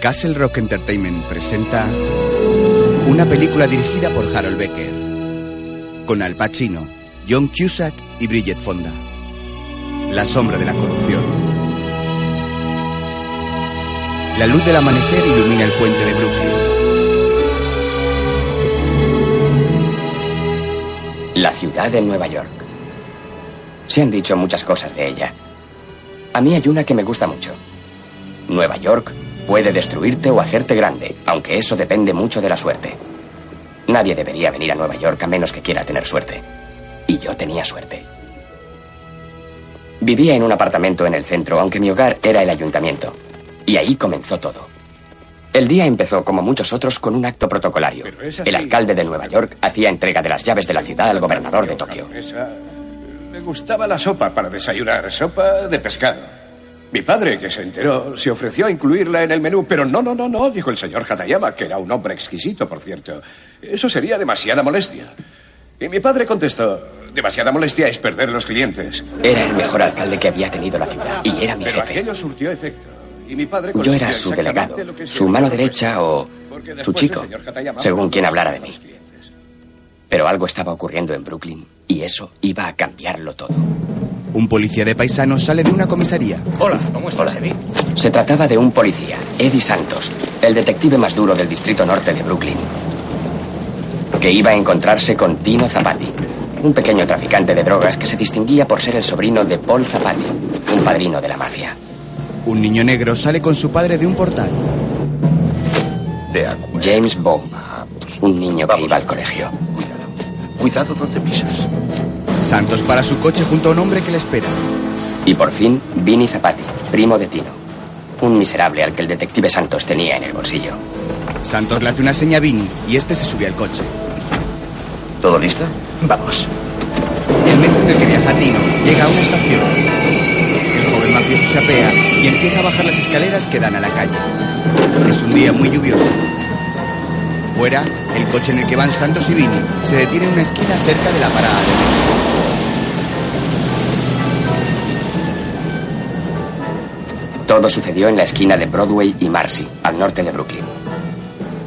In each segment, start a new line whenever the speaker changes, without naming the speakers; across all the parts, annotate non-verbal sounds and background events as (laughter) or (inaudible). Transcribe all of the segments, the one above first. Castle Rock Entertainment presenta una película dirigida por Harold Becker, con Al Pacino, John Cusack y Bridget Fonda. La sombra de la corrupción. La luz del amanecer ilumina el puente de Brooklyn.
La ciudad de Nueva York. Se han dicho muchas cosas de ella. A mí hay una que me gusta mucho. Nueva York puede destruirte o hacerte grande, aunque eso depende mucho de la suerte. Nadie debería venir a Nueva York a menos que quiera tener suerte. Y yo tenía suerte. Vivía en un apartamento en el centro, aunque mi hogar era el ayuntamiento. Y ahí comenzó todo. El día empezó, como muchos otros, con un acto protocolario. El alcalde de Nueva York hacía entrega de las llaves de la ciudad al gobernador de Tokio.
Me gustaba la sopa para desayunar, sopa de pescado. Mi padre, que se enteró, se ofreció a incluirla en el menú, pero no, no, no, no, dijo el señor Hatayama, que era un hombre exquisito, por cierto. Eso sería demasiada molestia. Y mi padre contestó, demasiada molestia es perder los clientes.
Era el mejor alcalde que había tenido la ciudad y era mi
pero
jefe.
aquello surtió efecto. Y mi padre
Yo era su
consiguió exactamente
delegado,
lo que se
su mano
había
derecha o
Porque
su
después el
chico,
señor Katayama
según quien hablara de mí.
propuso a los clientes.
Pero algo estaba ocurriendo en Brooklyn y eso iba a cambiarlo todo.
Un policía de paisano sale de una comisaría.
Hola, ¿cómo estás, Eddie?
Se trataba de un policía, Eddie Santos, el detective más duro del distrito norte de Brooklyn, que iba a encontrarse con Tino Zapati, un pequeño traficante de drogas que se distinguía por ser el sobrino de Paul Zapati, un padrino de la mafia.
Un niño negro sale con su padre de un portal.
De acuerdo.
James Bomba, un niño que
Vamos.
iba al colegio.
Cuidado. Cuidado donde pisas.
Santos para su coche junto a un hombre que le espera.
Y por fin, Vinny Zapati, primo de Tino, un miserable al que el detective Santos tenía en el bolsillo.
Santos le hace una seña a Vinny y este se sube al coche.
¿Todo listo?
Vamos.
El metro en el que viaja Tino llega a una estación. El joven mafioso se apea y empieza a bajar las escaleras que dan a la calle. Es un día muy lluvioso. Fuera, el coche en el que van Santos y Vini se detiene en una esquina cerca de la parada. del
Todo sucedió en la esquina de Broadway y Marcy, al norte de Brooklyn.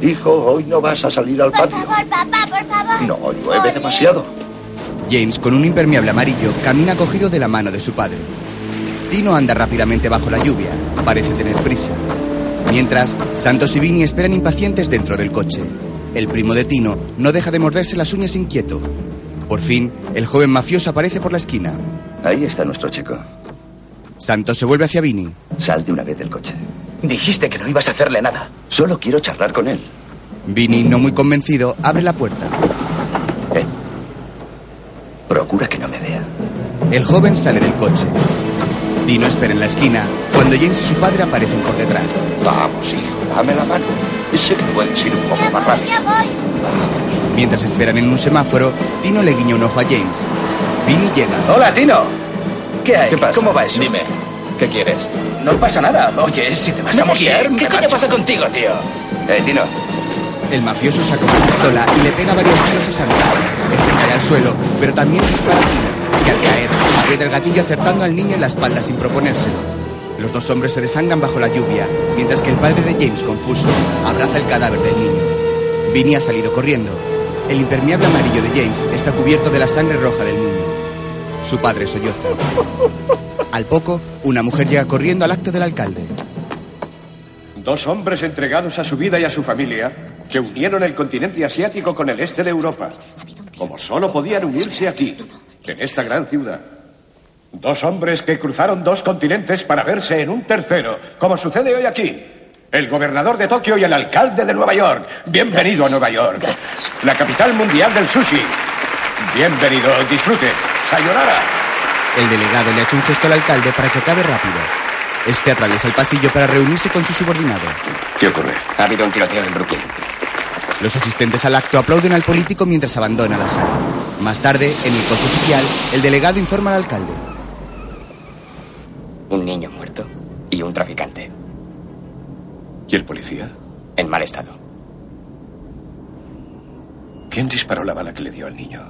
Hijo, hoy no vas a salir al
Por
patio.
favor, papá, por favor.
No, llueve demasiado.
metro. James, con un impermeable amarillo, camina cogido de la mano de su padre. Tino anda rápidamente bajo la lluvia. Parece tener prisa. Mientras, Santos y Vini esperan impacientes dentro del coche. El primo de Tino no deja de morderse las uñas inquieto. Por fin, el joven mafioso aparece por la esquina.
Ahí está nuestro chico.
Santos se vuelve hacia Vini.
Sal de una vez del coche.
Dijiste que no ibas a hacerle nada.
Solo quiero charlar con él.
Vini, no muy convencido, abre la puerta.
Eh, Procura que no me vea.
El joven sale del coche. Tino espera en la esquina cuando James y su padre aparecen por detrás.
Vamos, hijo, dame la mano. Sé que puedes ir un poco
Ya
más
voy,
rápido.
ya voy.
Vamos.
Mientras esperan en un semáforo, Tino le guiña un ojo a James. Vini llega.
Hola, Tino. ¿Qué hay?
¿Qué pasa?
¿Cómo va eso?
Dime, ¿qué quieres?
No pasa nada. Oye, si te vas a mosquear, me
¿Qué coño
marcho.
pasa contigo, tío?
Eh, Tino,
El mafioso saca una pistola y le pega varios tiros a Santos. Este cae al suelo, pero también dispara a Tino, que al caer aprieta el gatillo acertando al niño en la espalda sin proponérselo. Los dos hombres se desangran bajo la lluvia, mientras que el padre de James, confuso, abraza el cadáver del niño. Vinny ha salido corriendo. El impermeable amarillo de James está cubierto de la sangre roja del niño. Su padre solloza. Al poco, una mujer llega corriendo al acto del alcalde.
Dos hombres entregados a su vida y a su familia que unieron el continente asiático con el este de Europa, como solo podían unirse aquí, en esta gran ciudad. Dos hombres que cruzaron dos continentes para verse en un tercero, como sucede hoy aquí. El gobernador de Tokio y el alcalde de Nueva York. Bienvenido a Nueva York, la capital mundial del sushi. Bienvenido, disfrute. Sayonara.
El delegado le ha hecho un gesto al alcalde para que acabe rápido. Este atraviesa el pasillo para reunirse con su subordinado.
¿Qué ocurre?
Ha habido un tiroteo en Brooklyn.
Los asistentes al acto aplauden al político mientras abandona la sala. Más tarde, en el coche oficial, el delegado informa al alcalde.
Un niño muerto y un traficante,
¿Y el policía?
en mal estado.
¿Quién disparó la bala que le dio al niño?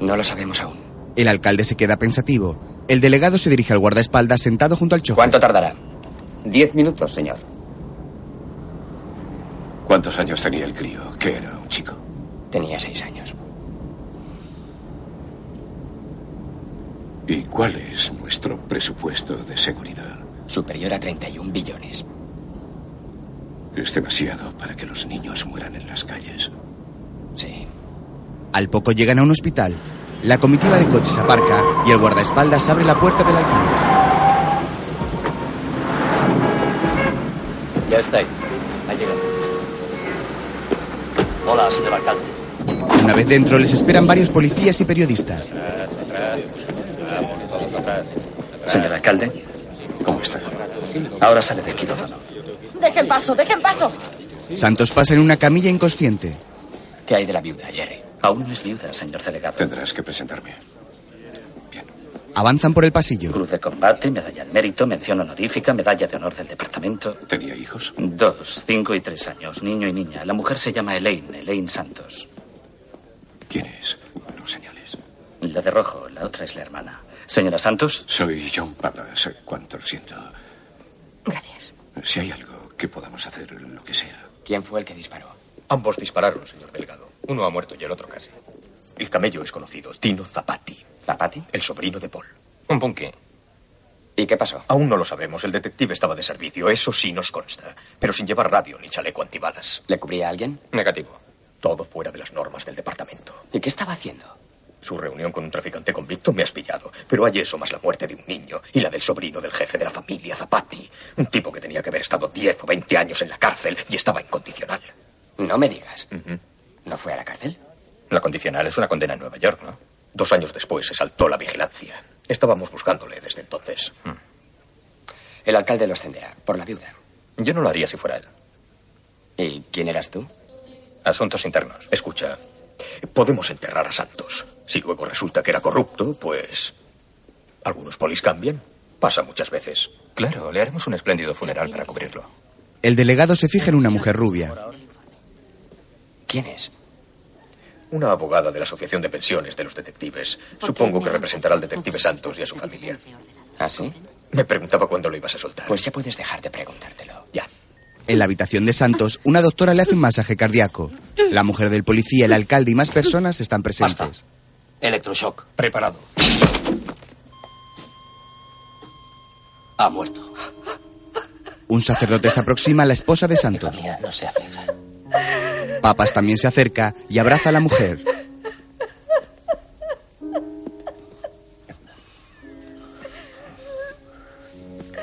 No lo sabemos aún.
El alcalde se queda pensativo. El delegado se dirige al guardaespaldas sentado junto al chofer.
¿Cuánto tardará? Diez minutos, señor.
¿Cuántos años tenía el crío? ¿Qué era? ¿Un chico?
Tenía seis años.
¿Y cuál es nuestro presupuesto de seguridad?
Superior a 31 billones.
Es demasiado para que los niños mueran en las calles.
Sí.
Al poco llegan a un hospital. La comitiva de coches aparca y el guardaespaldas abre la puerta del alcalde.
Ya está ahí. Ha llegado. Hola, señor alcalde.
Una vez dentro les esperan varios policías y periodistas.
Señor alcalde,
¿Cómo está?
ahora sale del quirófano.
Dejen paso, dejen paso.
Santos pasa en una camilla inconsciente.
¿Qué hay de la viuda, Jerry?
Aún no es viuda, señor delegado.
Tendrás que presentarme.
Avanzan por el pasillo.
Cruz de combate, medalla al mérito, mención honorífica, medalla de honor del departamento.
¿Tenía hijos?
Dos, cinco y tres años, niño y niña. La mujer se llama Elaine, Elaine Santos.
¿Quién es? No señales.
La de rojo, la otra es la hermana. Señora Santos,
Soy John Papas. Cuánto lo siento.
Gracias.
Si hay algo que podamos hacer, lo que sea.
¿Quién fue el que disparó?
Ambos dispararon, señor Delgado. Uno ha muerto y el otro casi. El camello es conocido, Tino Zapati,
¿Zapati?
el sobrino de Paul. Un punky.
¿Y qué pasó?
Aún no lo sabemos, el detective estaba de servicio, eso sí nos consta, pero sin llevar radio ni chaleco antibalas.
¿Le cubría a alguien?
Negativo. Todo fuera de las normas del departamento.
¿Y qué estaba haciendo?
Su reunión con un traficante convicto me has pillado, pero hay eso más la muerte de un niño y la del sobrino del jefe de la familia, Zapati. Un tipo que tenía que haber estado 10 o 20 años en la cárcel y estaba incondicional.
No me digas. ¿No fue a la cárcel?
La condicional es una condena en Nueva York, ¿no? Dos años después se saltó la vigilancia. Estábamos buscándole desde entonces.
Mm. El alcalde lo ascenderá, por la viuda.
Yo no lo haría si fuera él.
¿Y quién eras tú?
Asuntos internos. Escucha, podemos enterrar a Santos. Si luego resulta que era corrupto, pues... Algunos polis cambian. Pasa muchas veces. Claro, le haremos un espléndido funeral para cubrirlo.
El delegado se fija en una mujer rubia.
¿Quién es?
Una abogada de la Asociación de Pensiones de los Detectives. Supongo que representará al detective Santos y a su familia.
¿Ah, sí?
Me preguntaba cuándo lo ibas a soltar.
Pues ya puedes dejar de preguntártelo.
ya.
En la habitación de Santos, una doctora le hace un masaje cardíaco. La mujer del policía, el alcalde y más personas están presentes.
electroshock. Preparado. Ha muerto.
Un sacerdote se aproxima a la esposa de Santos.
Mira, no se aflija.
Papas también se acerca y abraza a la mujer.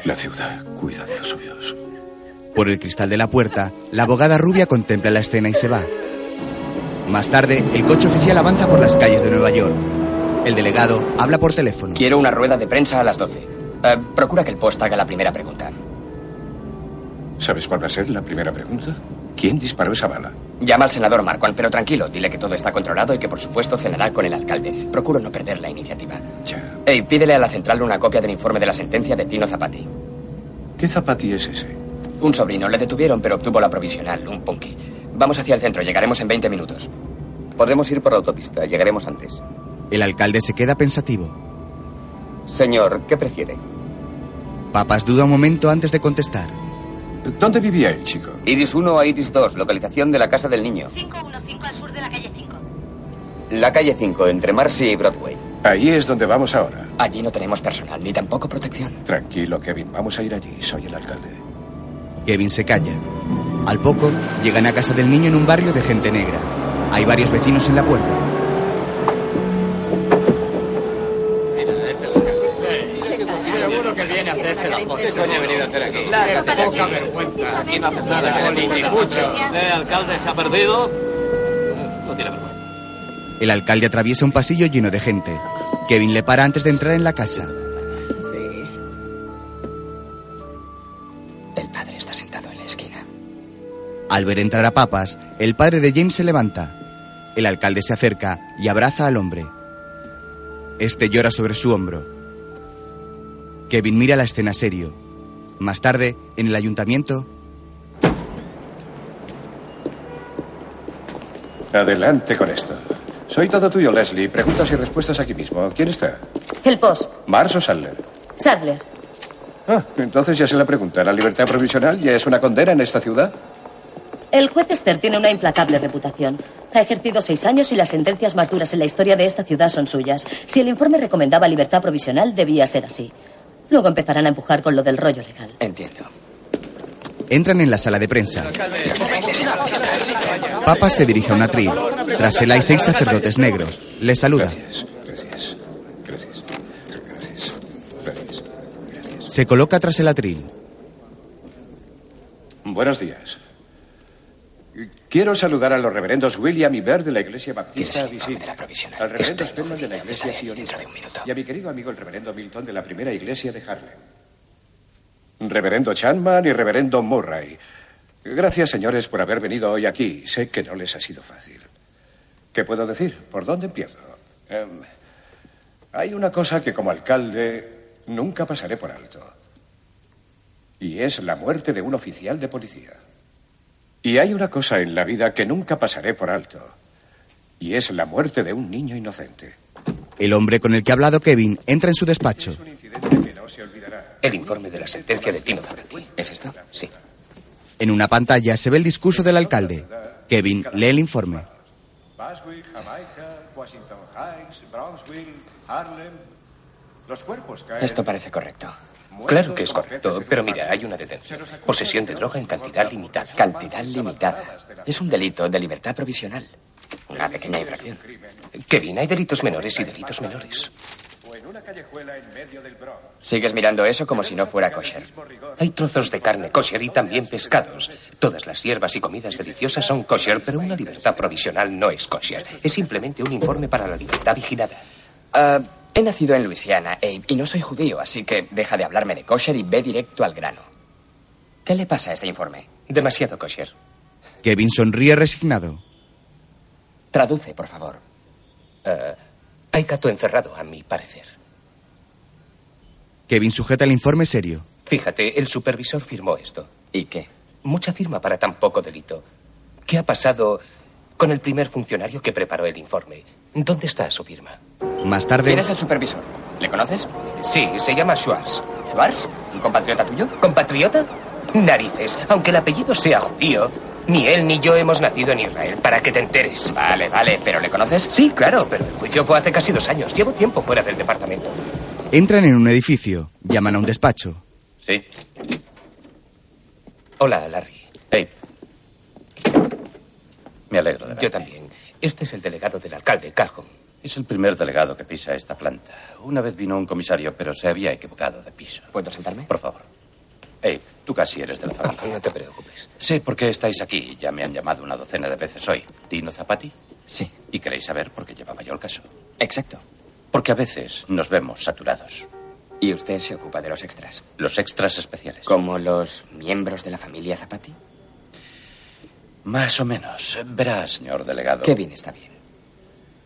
La ciudad cuida de los suyos.
Por el cristal de la puerta, la abogada rubia contempla la escena y se va. Más tarde, el coche oficial avanza por las calles de Nueva York. El delegado habla por teléfono.
Quiero una rueda de prensa a las 12. Eh, procura que el post haga la primera pregunta.
¿Sabes cuál va a ser la primera pregunta? ¿Quién disparó esa bala?
Llama al senador Marquand, pero tranquilo, dile que todo está controlado y que por supuesto cenará con el alcalde. Procuro no perder la iniciativa.
Ya.
Ey, pídele a la central una copia del informe de la sentencia de Tino Zapati.
¿Qué zapati es ese?
Un sobrino le detuvieron, pero obtuvo la provisional, un punky. Vamos hacia el centro, llegaremos en 20 minutos.
Podemos ir por autopista, llegaremos antes.
El alcalde se queda pensativo.
Señor, ¿qué prefiere?
Papas duda un momento antes de contestar.
¿Dónde vivía el chico?
Iris 1 a Iris 2, localización de la casa del niño.
515 al sur de la calle 5.
La calle 5, entre Marcy y Broadway.
Ahí es donde vamos ahora.
Allí no tenemos personal ni tampoco protección.
Tranquilo, Kevin. Vamos a ir allí. Soy el alcalde.
Kevin se calla. Al poco, llegan a casa del niño en un barrio de gente negra. Hay varios vecinos en la puerta.
Seguro que viene a hacerse la foto.
he venido a hacer aquí?
Poca vergüenza. Aquí no hace nada.
Eh, alcalde, se ha perdido. No tiene vergüenza.
El alcalde atraviesa un pasillo lleno de gente. Kevin le para antes de entrar en la casa.
El padre está sentado en la esquina.
Al ver entrar a Papas, el padre de James se levanta. El alcalde se acerca y abraza al hombre. Este llora sobre su hombro. Kevin mira la escena serio. Más tarde, en el ayuntamiento,
Adelante con esto. Soy todo tuyo, Leslie. Preguntas y respuestas aquí mismo. ¿Quién está?
El post.
¿Mars o Sadler?
Sadler.
Ah, entonces ya se la pregunta. ¿La libertad provisional ya es una condena en esta ciudad?
El juez Esther tiene una implacable reputación. Ha ejercido seis años y las sentencias más duras en la historia de esta ciudad son suyas. Si el informe recomendaba libertad provisional, debía ser así. Luego empezarán a empujar con lo del rollo legal.
Entiendo.
Entran en la sala de prensa. Papa se dirige a un atril. Tras él hay seis sacerdotes negros. Les saluda. Se coloca tras el atril.
Buenos días. Quiero saludar a los reverendos William y Bear de la Iglesia Baptista Abyssinia, al reverendo Spellman de la Iglesia Sionista y a mi querido amigo el reverendo Milton de la Primera Iglesia de Harlem. Reverendo Chanman y reverendo Murray. Gracias, señores, por haber venido hoy aquí. Sé que no les ha sido fácil. ¿Qué puedo decir? ¿Por dónde empiezo? Em, hay una cosa que como alcalde nunca pasaré por alto. Y es la muerte de un oficial de policía. Y hay una cosa en la vida que nunca pasaré por alto. Y es la muerte de un niño inocente.
El hombre con el que ha hablado Kevin entra en su despacho.
El informe de la sentencia de Tino Zanetti. ¿Es esto? Sí.
En una pantalla se ve el discurso del alcalde. Kevin lee el informe.
Baswick, Jamaica, Washington Heights, Brownsville, Harlem. Los cuerpos caen.
Esto parece correcto.
Claro que es correcto, pero mira, hay una detención. Posesión de droga en cantidad limitada.
Cantidad limitada. Es un delito de libertad provisional. Una pequeña infracción.
Kevin, hay delitos menores y delitos menores.
O en una callejuela en medio del Bronx.
Sigues mirando eso como si no fuera kosher.
Hay trozos de carne kosher y también pescados. Todas las hierbas y comidas deliciosas son kosher, pero una libertad provisional no es kosher. Es simplemente un informe para la libertad vigilada.
Ah, he nacido en Luisiana Abe, y no soy judío, así que deja de hablarme de kosher y ve directo al grano. ¿Qué le pasa a este informe?
Demasiado kosher.
Kevin sonríe resignado.
Traduce, por favor.
Eh, hay gato encerrado, a mi parecer.
Kevin sujeta el informe serio.
Fíjate, el supervisor firmó esto.
¿Y qué?
Mucha firma para tan poco delito. ¿Qué ha pasado con el primer funcionario que preparó el informe? ¿Dónde está su firma?
Más tarde,
¿Quién es el supervisor? ¿Le conoces?
Sí, se llama Schwartz.
¿Schwartz? ¿Un compatriota tuyo?
¿Compatriota? Narices. Aunque el apellido sea judío, ni él ni yo hemos nacido en Israel, para que te enteres.
Vale, vale, pero ¿le conoces?
Sí, claro, pero el juicio fue hace casi dos años. Llevo tiempo fuera del departamento.
entran en un edificio. Llaman a un despacho.
Sí. Hola, Larry.
Abe. Me alegro de verte.
Yo también. Este es el delegado del alcalde, Calhoun.
Es el primer delegado que pisa esta planta. Una vez vino un comisario, pero se había equivocado de piso.
¿Puedo sentarme?
Por favor. Abe, tú casi eres de la familia.
Ah, No te preocupes.
Sé por qué estáis aquí. Ya me han llamado una docena de veces hoy. Tino Zapati.
Sí,
Y queréis saber por qué llevaba yo el caso.
exacto.
Porque a veces nos vemos saturados.
Y usted se ocupa de los extras.
Los extras especiales.
¿Como los miembros de la familia Zapati?
Más o menos. Verá, señor delegado.
Kevin está bien.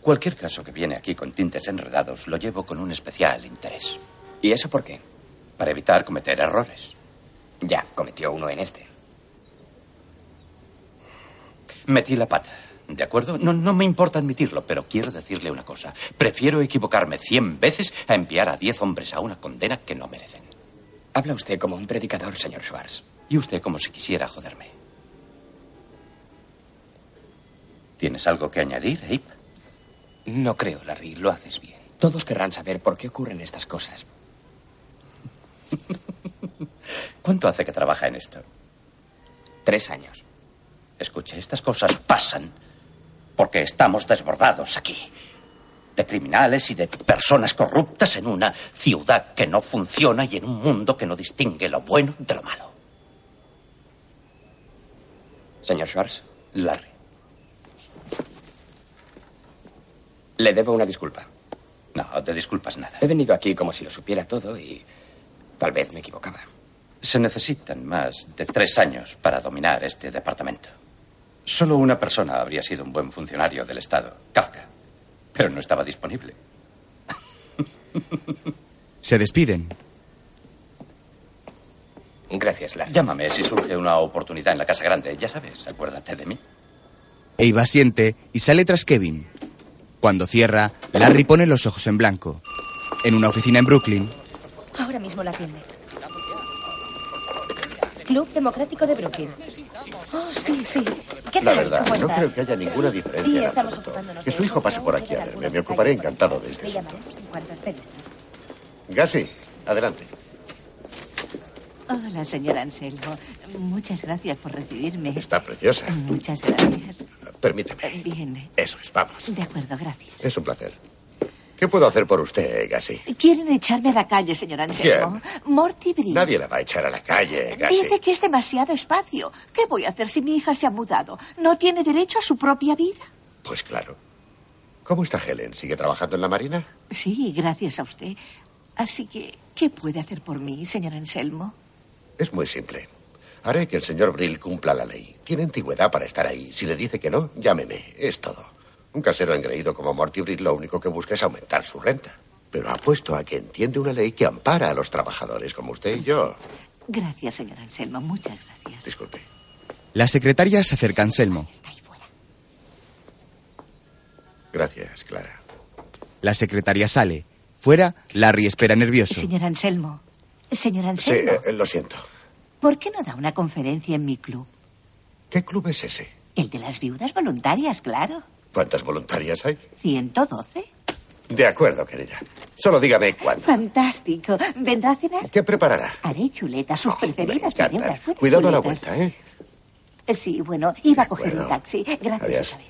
Cualquier caso que viene aquí con tintes enredados lo llevo con un especial interés.
¿Y eso por qué?
Para evitar cometer errores.
Ya, cometió uno en este.
Metí la pata. ¿De acuerdo? No, no me importa admitirlo, pero quiero decirle una cosa. Prefiero equivocarme cien veces a enviar a diez hombres a una condena que no merecen.
Habla usted como un predicador, señor Schwartz.
Y usted como si quisiera joderme. ¿Tienes algo que añadir, Abe?
No creo, Larry. Lo haces bien.
Todos querrán saber por qué ocurren estas cosas.
(laughs) ¿Cuánto hace que trabaja en esto?
Tres años.
Escuche, estas cosas pasan porque estamos desbordados aquí. De criminales y de personas corruptas en una ciudad que no funciona y en un mundo que no distingue lo bueno de lo malo.
Señor Schwartz,
Larry,
le debo una disculpa.
no, te disculpas nada.
He venido aquí como si lo supiera todo y tal vez me equivocaba.
Se necesitan más de tres años para dominar este departamento. Solo una persona habría sido un buen funcionario del Estado, Kafka, pero no estaba disponible.
Se despiden.
Gracias, Larry.
Llámame si surge una oportunidad en la Casa Grande, ya sabes, acuérdate de mí.
Eva siente y sale tras Kevin. Cuando cierra, Larry pone los ojos en blanco. En una oficina en Brooklyn,
Ahora mismo la atiende. Club Democrático de Brooklyn.
Oh, sí, sí. ¿Qué
La
tal?
verdad,
¿Cómo
no
está?
creo que haya ninguna
Sí,
diferencia en
estamos
absoluto.
ocupándonos
Que
de
su
eso,
hijo pase
pero
por
aún
aquí a
queda
verme.
alguna
Me ocuparé
calle por
encantado de
Te
este asunto.
llamaremos en cuanto esté lista.
Gassi, adelante.
Hola, señor Anselmo. Muchas gracias por recibirme.
Está preciosa.
Mm,
Muchas gracias.
Permíteme.
Eh,
Bien,
Eso es, vamos.
de acuerdo, gracias.
Es un placer. ¿Qué puedo hacer por usted, Gassi?
Quieren echarme a la calle, señor
Pues
Anselmo. Morty Bree.
Nadie la va a echar a la calle, Gassi.
Dice que es demasiado espacio. ¿Qué voy a hacer si mi hija se ha mudado? No tiene derecho a su propia vida.
Pues claro. ¿Cómo está Helen? ¿Sigue trabajando en la marina?
Sí, gracias a usted. Así que, ¿qué puede hacer por mí, señor Anselmo?
Es muy simple. Haré que el señor Brill cumpla la ley. Tiene antigüedad para estar ahí. Si le dice que no, llámeme. Es todo. Un casero engreído como Morty Brill lo único que busca es aumentar su renta. Pero apuesto a que entiende una ley que ampara a los trabajadores como usted y yo.
Gracias, señor Anselmo. Muchas gracias.
Disculpe.
La secretaria se acerca a Anselmo.
Gracias, Clara.
La secretaria sale. Fuera, Larry espera nervioso.
Señor Anselmo. Señor
Sí,
Anselmo.
eh, lo siento.
¿Por qué no da una conferencia en mi club?
¿Qué club es ese?
El de las viudas voluntarias, claro.
¿Cuántas voluntarias hay?
112.
De acuerdo, querida. Solo dígame cuándo.
Fantástico. ¿Vendrá a cenar?
¿Qué preparará?
Haré chuletas, sus preferidas. Haré unas buenas
Cuidado a la
chuletas.
vuelta, ¿eh?
Sí, bueno, iba a coger un taxi. Gracias. otra vez.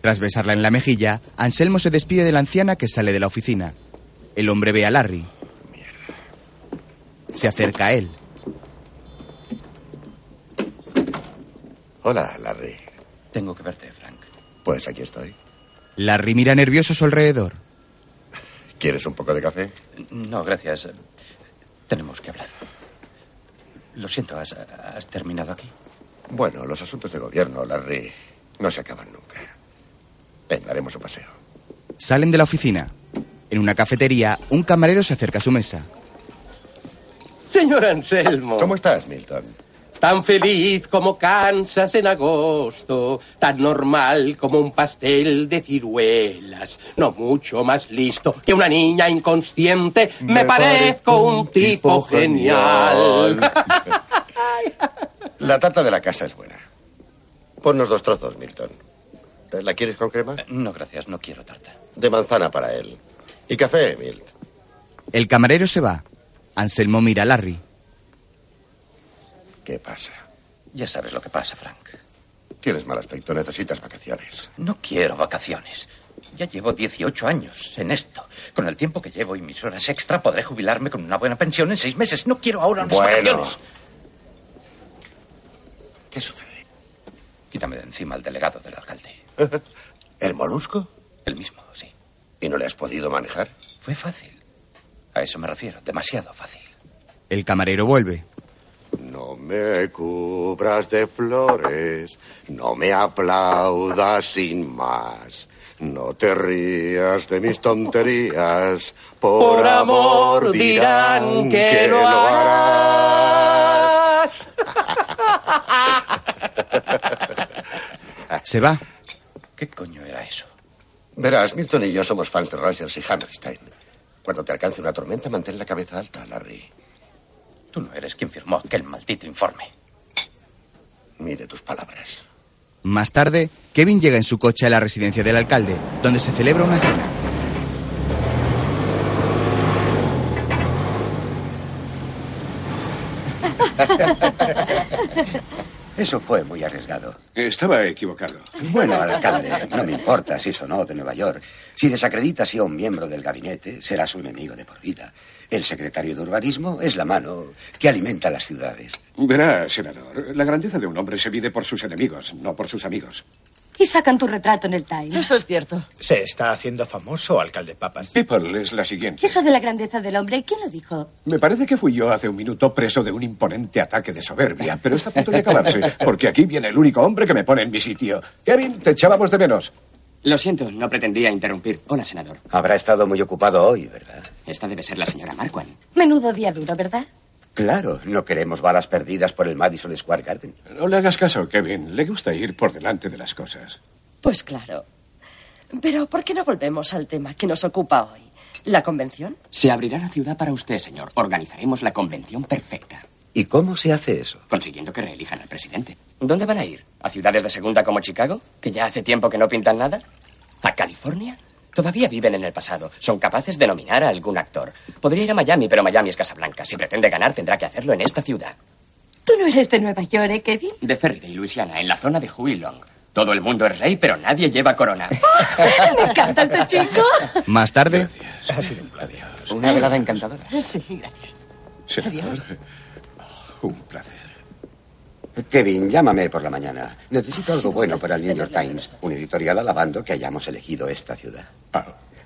Tras besarla en la mejilla, Anselmo se despide de la anciana que sale de la oficina. El hombre ve a Larry. Se acerca a él.
Hola, Larry.
Tengo que verte, Frank.
Pues aquí estoy.
Larry mira nervioso a su alrededor.
¿Quieres un poco de café?
No, gracias. Tenemos que hablar. Lo siento, ¿has, has terminado aquí?
Bueno, los asuntos de gobierno, Larry, no se acaban nunca. Ven, daremos un paseo.
Salen de la oficina. En una cafetería, un camarero se acerca a su mesa.
Señor Anselmo.
¿Cómo estás, Milton?
Tan feliz como Kansas en agosto, tan normal como un pastel de ciruelas, no mucho más listo que una niña inconsciente, me, parezco un tipo genial.
(laughs) La tarta de la casa es buena. Ponnos dos trozos, Milton. Eh, ¿La quieres con crema?
Eh, No, gracias, no quiero tarta.
De manzana para él. Y café, Milt.
El camarero se va. Anselmo mira a Larry.
¿Qué pasa?
Ya sabes lo que pasa, Frank.
Tienes mal aspecto, necesitas vacaciones.
No quiero vacaciones. Ya llevo 18 años en esto. Con el tiempo que llevo y mis horas extra podré jubilarme con una buena pensión en seis meses. No quiero ahora unas
Bueno.
vacaciones.
¿Qué sucede?
Quítame de encima al delegado del alcalde.
(laughs) ¿El molusco?
El mismo, sí.
¿Y no le has podido manejar?
Fue fácil. A eso me refiero, demasiado fácil.
El camarero vuelve.
No me cubras de flores, no me aplaudas sin más. No te rías de mis tonterías, por,
Por
amor
amor
dirán
dirán
que,
que
lo
lo
harás. (laughs)
Se va.
¿Qué coño era eso?
Verás, Milton y yo somos fans de Rogers y Hammerstein. Cuando te alcance una tormenta, mantén la cabeza alta, Larry.
Tú no eres quien firmó aquel maldito informe.
Mide tus palabras.
Más tarde, Kevin llega en su coche a la residencia del alcalde, donde se celebra una cena.
Eso fue muy arriesgado.
Estaba equivocado.
Bueno, alcalde, no me importa si sonó de Nueva York. Si desacredita a un miembro del gabinete, será su enemigo de por vida. El secretario de urbanismo es la mano que alimenta las ciudades.
Verá, senador, la grandeza de un hombre se mide por sus enemigos, no por sus amigos.
(laughs) Y sacan tu retrato en el Time.
Eso es cierto.
Se está haciendo famoso, alcalde Papas. People es la siguiente.
Eso de la grandeza del hombre, ¿quién lo dijo?
Me parece que fui yo hace un minuto preso de un imponente ataque de soberbia, pero está a punto de acabarse, porque aquí viene el único hombre que me pone en mi sitio. Kevin, te echábamos de menos.
Lo siento, no pretendía interrumpir. Hola, senador.
Habrá estado muy ocupado hoy, ¿verdad?
Esta debe ser la señora Marquand.
Menudo día duro, ¿verdad?
Claro, no queremos balas perdidas por el Madison Square Garden.
No le hagas caso, Kevin. Le gusta ir por delante de las cosas.
Pues claro. Pero ¿por qué no volvemos al tema que nos ocupa hoy? ¿La convención?
Se abrirá la ciudad para usted, señor. Organizaremos la convención perfecta.
¿Y cómo se hace eso?
Consiguiendo que reelijan al presidente. ¿Dónde van a ir? ¿A ciudades de segunda como Chicago? ¿Que ya hace tiempo que no pintan nada? ¿A California? Todavía viven en el pasado. Son capaces de nominar a algún actor. Podría ir a Miami, pero Miami es Casablanca. Si pretende ganar, tendrá que hacerlo en esta ciudad.
Tú no eres de Nueva York, ¿eh, Kevin?
De Ferryday, Luisiana, en la zona de Huey Long. Todo el mundo es rey, pero nadie lleva corona.
Me encanta este chico.
Más tarde.
Ha sido un placer.
Una velada encantadora.
(laughs) Sí, gracias.
Senador.
Adiós.
Un placer. Kevin, llámame por la mañana. Necesito algo bueno para el New York Times, un editorial alabando que hayamos elegido esta ciudad.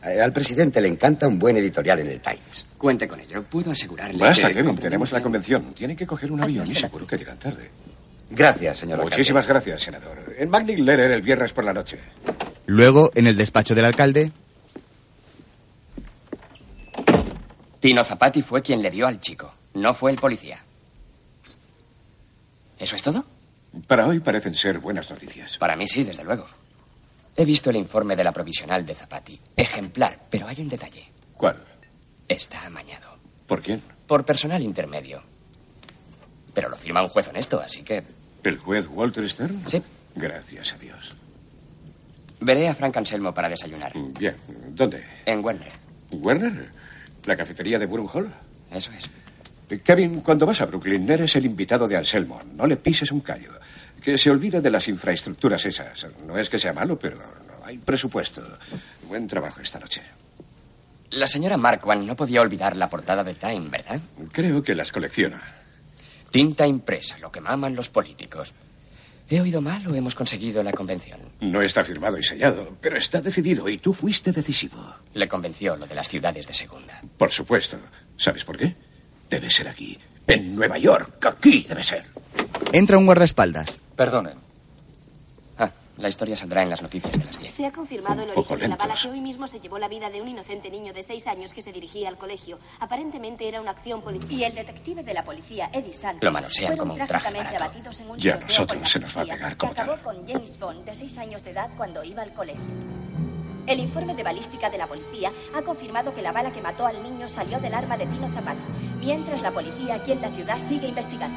Eh, Al presidente le encanta un buen editorial en el Times.
Cuente con ello. Puedo asegurarle
Basta,
que...
Kevin. Tenemos la convención. Tiene que coger un avión y seguro que llegan tarde.
Gracias, señora.
Muchísimas gracias, senador. En Magnic Lerer el viernes por la noche.
Luego, en el despacho del alcalde,
Tino Zapati fue quien le dio al chico. No fue el policía. ¿Eso es todo?
Para hoy parecen ser buenas noticias.
Para mí sí, desde luego. He visto el informe de la provisional de Zapati. Ejemplar, pero hay un detalle.
¿Cuál?
Está amañado.
¿Por quién?
Por personal intermedio. Pero lo firma un juez honesto, así que
¿El juez Walter Stern?
Sí.
Gracias a Dios.
veré a Frank Anselmo para desayunar.
Bien. ¿Dónde?
En Werner.
¿Werner? ¿La cafetería de Burham Hall? Eh,
Eso es.
Kevin, cuando vas a Brooklyn, eres el invitado de Anselmo. No le pises un callo. Que se olvida de las infraestructuras esas. No es que sea malo, pero no hay presupuesto. Buen trabajo esta noche.
La señora Marquand no podía olvidar la portada de Time, ¿verdad?
Creo que las colecciona.
Tinta impresa, lo que maman los políticos. ¿He oído mal o hemos conseguido la convención?
No está firmado y sellado, pero está decidido y tú fuiste decisivo.
Le convenció lo de las ciudades de segunda.
Por supuesto. ¿Sabes por qué? Debe ser aquí. En Nueva York. Aquí debe ser.
entra un guardaespaldas.
Perdonen. Ah, la historia saldrá en las noticias de las 10.
Se ha confirmado el
Un poco
origen de la bala
lentos.
que hoy mismo se llevó la vida de un inocente niño de seis años que se dirigía al colegio. Aparentemente era una acción policial. Y el detective de la policía, Eddie Sanders,
Lo manosean
fueron
como un traje
trágicamente
barato.
abatidos en un
Ya a
tiroteo
nosotros
con la
se nos va a
policía,
pegar como
que acabó con James Bond, de seis años de edad, cuando iba al colegio. El informe de balística de la policía ha confirmado que la bala que mató al niño salió del arma de Tino Zapata, mientras la policía aquí en la ciudad sigue investigando.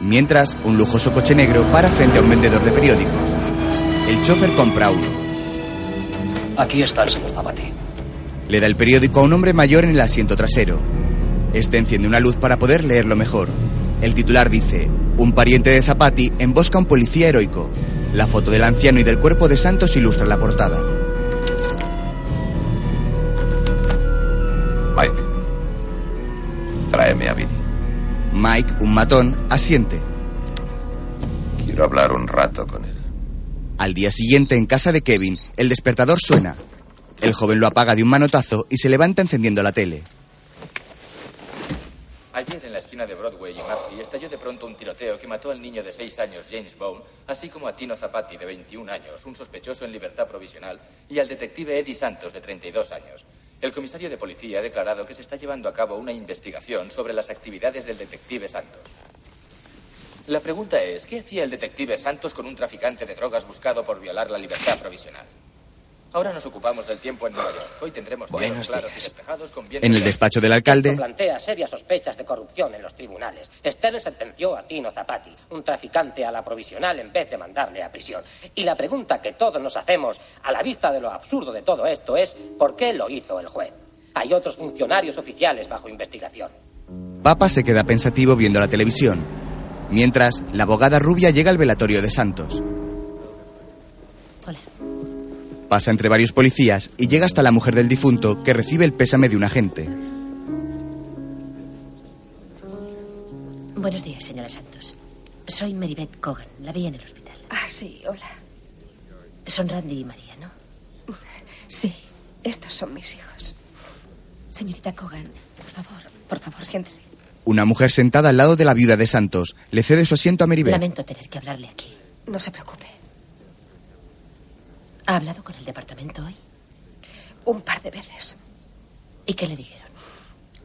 Mientras, un lujoso coche negro para frente a un vendedor de periódicos. El chofer compra uno.
Aquí está el señor Zapati.
Le da el periódico a un hombre mayor en el asiento trasero. Este enciende una luz para poder leerlo mejor. El titular dice: Un pariente de Zapati embosca a un policía heroico. La foto del anciano y del cuerpo de Santos ilustra la portada.
Mike, tráeme a Vinny.
Mike, un matón, asiente.
Quiero hablar un rato con él.
Al día siguiente, en casa de Kevin, el despertador suena. El joven lo apaga de un manotazo y se levanta encendiendo la tele.
Ayer en la esquina de Broadway y Marcy estalló de pronto un tiroteo que mató al niño de 6 años James Bone, así como a Tino Zapati de 21 años, un sospechoso en libertad provisional, y al detective Eddie Santos de 32 años. El comisario de policía ha declarado que se está llevando a cabo una investigación sobre las actividades del detective Santos. La pregunta es, ¿qué hacía el detective Santos con un traficante de drogas buscado por violar la libertad provisional? Ahora nos ocupamos del tiempo en Nueva York. Hoy tendremos días
Buenos
claros y despejados con bien-
En el despacho del alcalde,
plantea serias sospechas de corrupción en los tribunales. Stern sentenció a Tino Zapati, un traficante a la provisional, en vez de mandarle a prisión. Y la pregunta que todos nos hacemos, a la vista de lo absurdo de todo esto, es ¿por qué lo hizo el juez? Hay otros funcionarios oficiales bajo investigación.
Papa se queda pensativo viendo la televisión. Mientras, la abogada rubia llega al velatorio de Santos.
Hola.
Pasa entre varios policías y llega hasta la mujer del difunto que recibe el pésame de un agente.
Buenos días, señora Santos. Soy Maribeth Cogan. La vi en el hospital.
Ah, sí, hola.
Son Randy y María, ¿no?
Sí, estos son mis hijos.
Señorita Cogan, por favor, por favor, siéntese.
Una mujer sentada al lado de la viuda de Santos le cede su asiento a Meribeth.
Lamento tener que hablarle aquí.
No se preocupe.
¿Ha hablado con el departamento hoy?
Un par de veces.
¿Y qué le dijeron?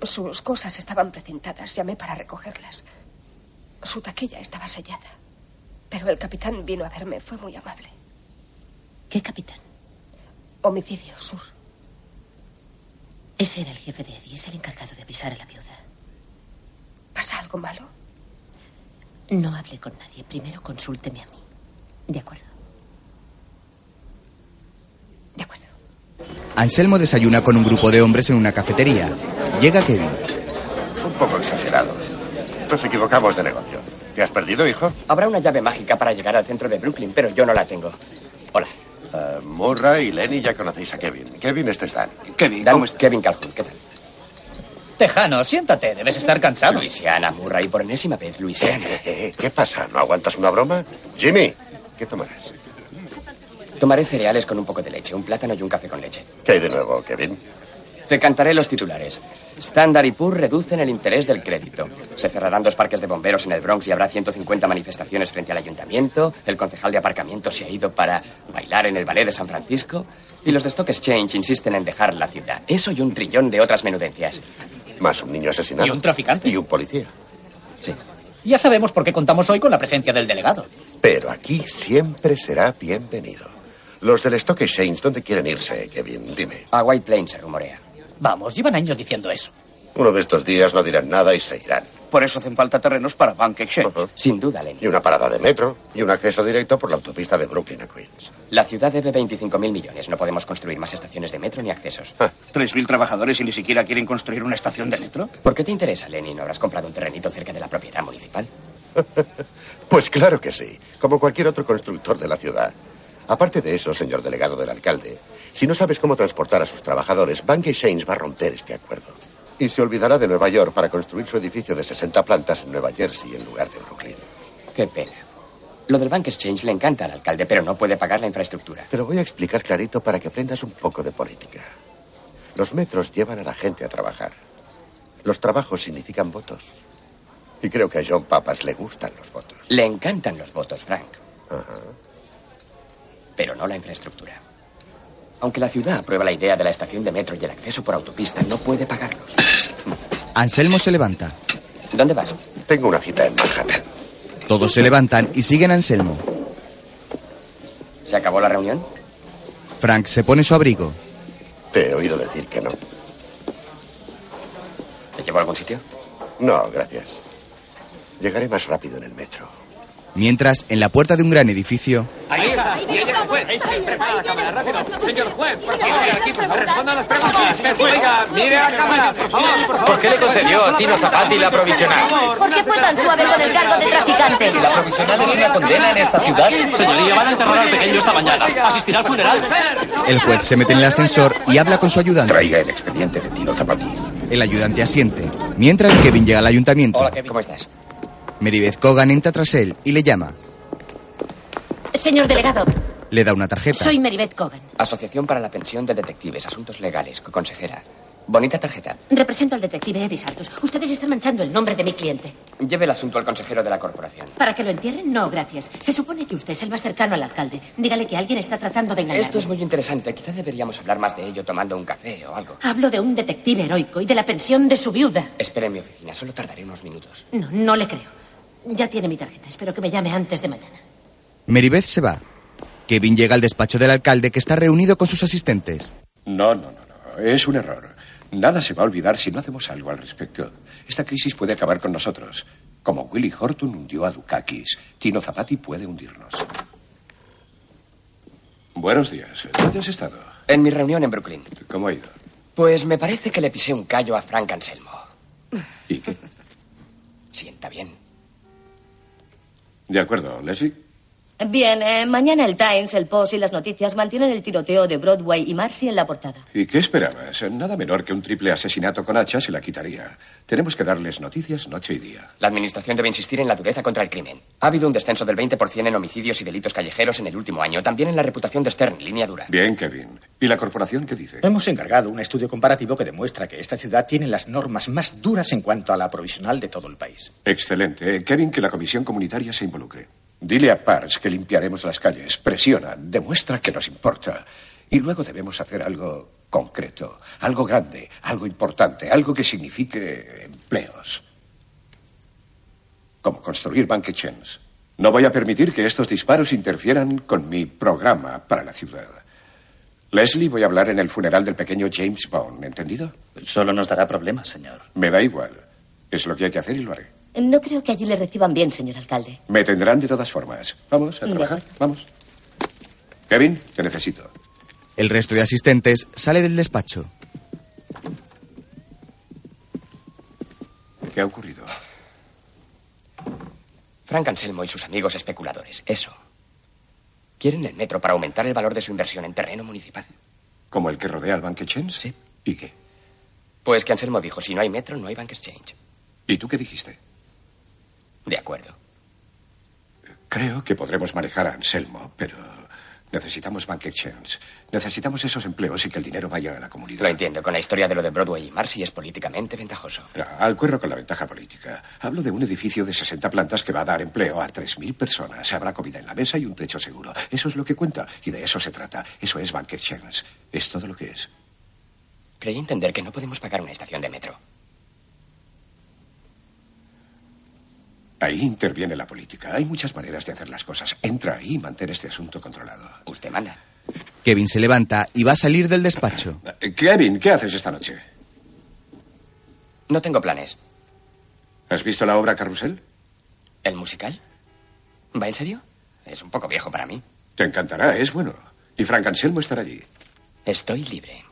Sus cosas estaban presentadas. Llamé para recogerlas. Su taquilla estaba sellada. Pero el capitán vino a verme. Fue muy amable.
¿Qué capitán?
Homicidio Sur.
Ese era el jefe de Eddie, es el encargado de avisar a la viuda.
¿Pasa algo malo?
No hable con nadie. Primero consúlteme a mí. ¿De acuerdo?
Anselmo desayuna con un grupo de hombres en una cafetería. Llega Kevin.
Un poco exagerados. Nos equivocamos de negocio. ¿Te has perdido, hijo?
Habrá una llave mágica para llegar al centro de Brooklyn, pero yo no la tengo. Hola.
Murray Eh, y Lenny ya conocéis a Kevin. Kevin, este es Dan.
Kevin, Kevin Calhoun, ¿qué tal?
Tejano, siéntate, debes estar cansado.
Luisiana, Murray, por enésima vez,
(laughs)
Luisiana.
¿Qué pasa? ¿No aguantas una broma? Jimmy, ¿qué tomarás?
Tomaré cereales con un poco de leche, un plátano y un café con leche.
¿Qué hay de nuevo, Kevin?
Te cantaré los titulares. Standard y Poor reducen el interés del crédito. Se cerrarán dos parques de bomberos en el Bronx y habrá 150 manifestaciones frente al ayuntamiento. El concejal de aparcamiento se ha ido para bailar en el ballet de San Francisco. Y los de Stock Exchange insisten en dejar la ciudad. Eso y un trillón de otras menudencias.
Más un niño asesinado.
Y un traficante.
Y un policía.
Ya sabemos por qué contamos hoy con la presencia del delegado.
Pero aquí siempre será bienvenido. Los del Stock Exchange, ¿dónde quieren irse, Kevin? Dime.
A White Plains se rumorea.
Vamos, llevan años diciendo eso.
Uno de estos días no dirán nada y se irán.
Por eso hacen falta terrenos para Bank Exchange.
Sin duda, Lenny.
Y una parada de metro y un acceso directo por la autopista de Brooklyn a Queens.
La ciudad debe 25.000 millones. No podemos construir más estaciones de metro ni accesos.
Ah, Tres mil trabajadores y ni siquiera quieren construir una estación de metro.
¿Por qué te interesa, Lenny? ¿No habrás comprado un terrenito cerca de la
(laughs)
propiedad municipal?
Pues claro que sí, como cualquier otro constructor de la ciudad. Aparte de eso, señor delegado del alcalde, si no sabes cómo transportar a sus trabajadores, Bank Exchange va a romper este acuerdo. Y se olvidará de Nueva York para construir su edificio de 60 plantas en Nueva Jersey en lugar de Brooklyn.
Qué pena. Lo del Bank Exchange le encanta al alcalde, pero no puede pagar la infraestructura.
Te lo voy a explicar clarito para que aprendas un poco de política. Los metros llevan a la gente a trabajar. Los trabajos significan votos. Y creo que a John Papas le gustan los votos.
Le encantan los votos, Frank. Pero no la infraestructura. Aunque la ciudad aprueba la idea de la estación de metro y el acceso por autopista, no puede pagarlos.
Anselmo se levanta.
¿Dónde vas?
Tengo una cita en Manhattan.
Todos se levantan y siguen a Anselmo.
¿Se acabó la reunión?
Frank se pone su abrigo.
Te he oído decir que no.
¿Te llevo a algún sitio?
No, gracias. Llegaré más rápido en el metro.
Mientras, en la puerta de un gran edificio,
Ahí está, ahí llega el juez. Prepara la cámara, rápido. Señor juez, por favor, aquí responda a las preguntas. Señor juez, Oiga, mire a la cámara, por favor, por favor.
¿Por qué le concedió a Tino Zapati la provisional?
¿Por qué fue tan suave con el cargo de traficante?
¿La provisional es una condena en esta ciudad?
Señoría, van a enterrar al pequeño esta mañana. Asistirá al funeral.
el juez se mete en el ascensor y habla con su ayudante.
Traiga el expediente de Tino Zapati.
El ayudante asiente. Mientras, Kevin llega al ayuntamiento.
Hola, Kevin. ¿Cómo estás?
Meribeth Kogan entra tras él y le llama.
Señor delegado,
Le da una tarjeta.
soy Meribeth Cogan.
Asociación para la Pensión de Detectives, Asuntos Legales, co- consejera. Bonita tarjeta.
Represento al detective Eddie Santos. Ustedes están manchando el nombre de mi cliente.
Lleve el asunto al consejero de la corporación.
¿Para que lo entierren? No, gracias. Se supone que usted es el más cercano al alcalde. Dígale que alguien está tratando de engañarme.
Esto es muy interesante. Quizá deberíamos hablar más de ello tomando un café o algo.
Hablo de un detective heroico y de la pensión de su viuda.
Espera en mi oficina, solo tardaré unos minutos.
No, no le creo. Ya tiene mi tarjeta. Espero que me llame antes de mañana.
Meribeth se va. Kevin llega al despacho del alcalde que está reunido con sus asistentes.
No, no, no, no. Es un error. Nada se va a olvidar si no hacemos algo al respecto. Esta crisis puede acabar con nosotros. Como Willy Horton hundió a Dukakis, Tino Zapati puede hundirnos. Buenos días. ¿Dónde has estado?
En mi reunión en Brooklyn.
¿Cómo ha ido?
Pues me parece que le pisé un callo a Frank Anselmo.
¿Y qué?
Sienta bien.
De acuerdo, Leslie.
Bien, eh, mañana el Times, el Post y las noticias mantienen el tiroteo de Broadway y Marcy en la portada.
¿Y qué esperabas? Nada menor que un triple asesinato con hacha se la quitaría. Tenemos que darles noticias noche y día.
La administración debe insistir en la dureza contra el crimen. Ha habido un descenso del 20% en homicidios y delitos callejeros en el último año, también en la reputación de Stern, línea dura.
Bien, Kevin. ¿Y la corporación qué dice?
Hemos encargado un estudio comparativo que demuestra que esta ciudad tiene las normas más duras en cuanto a la provisional de todo el país.
Excelente. Eh, Kevin, que la comisión comunitaria se involucre. Dile a Pars que limpiaremos las calles. Presiona, demuestra que nos importa. Y luego debemos hacer algo concreto, algo grande, algo importante, algo que signifique empleos. Como construir Bank Exchange. No voy a permitir que estos disparos interfieran con mi programa para la ciudad. Leslie, voy a hablar en el funeral del pequeño James Bond, ¿entendido?
Solo nos dará problemas, señor.
Me da igual. Es lo que hay que hacer y lo haré.
No creo que allí le reciban bien, señor alcalde.
Me tendrán de todas formas. Vamos a
De
trabajar. Vamos. Kevin, te necesito.
El resto de asistentes sale del despacho.
¿Qué ha ocurrido?
Frank Anselmo y sus amigos especuladores, eso. Quieren el metro para aumentar el valor de su inversión en terreno municipal.
¿Como el que rodea al Bank Exchange? Sí. ¿Y qué?
Pues que Anselmo dijo, si no hay metro, no hay Bank Exchange.
¿Y tú qué dijiste?
De acuerdo.
Creo que podremos manejar a Anselmo, pero necesitamos Bank Exchange. Necesitamos esos empleos y que el dinero vaya a la comunidad.
Lo entiendo, con la historia de lo de Broadway y Marcy es políticamente ventajoso.
Mira, Al cuerro con la ventaja política. Hablo de un edificio de 60 plantas que va a dar empleo a 3.000 personas. Habrá comida en la mesa y un techo seguro. Eso es lo que cuenta y de eso se trata. Eso es Bank Exchange. Es todo lo que es.
Creí entender que no podemos pagar una estación de metro.
Ahí interviene la política. Hay muchas maneras de hacer las cosas. Entra ahí y mantén este asunto controlado.
Usted manda.
Kevin se levanta y va a salir del despacho.
Eh, Kevin, ¿qué haces esta noche?
No tengo planes.
¿Has visto la obra Carrusel?
¿El musical? ¿Va en serio? Es un poco viejo para mí.
Te encantará, es bueno. Y Frank Anselmo estará allí.
Estoy libre.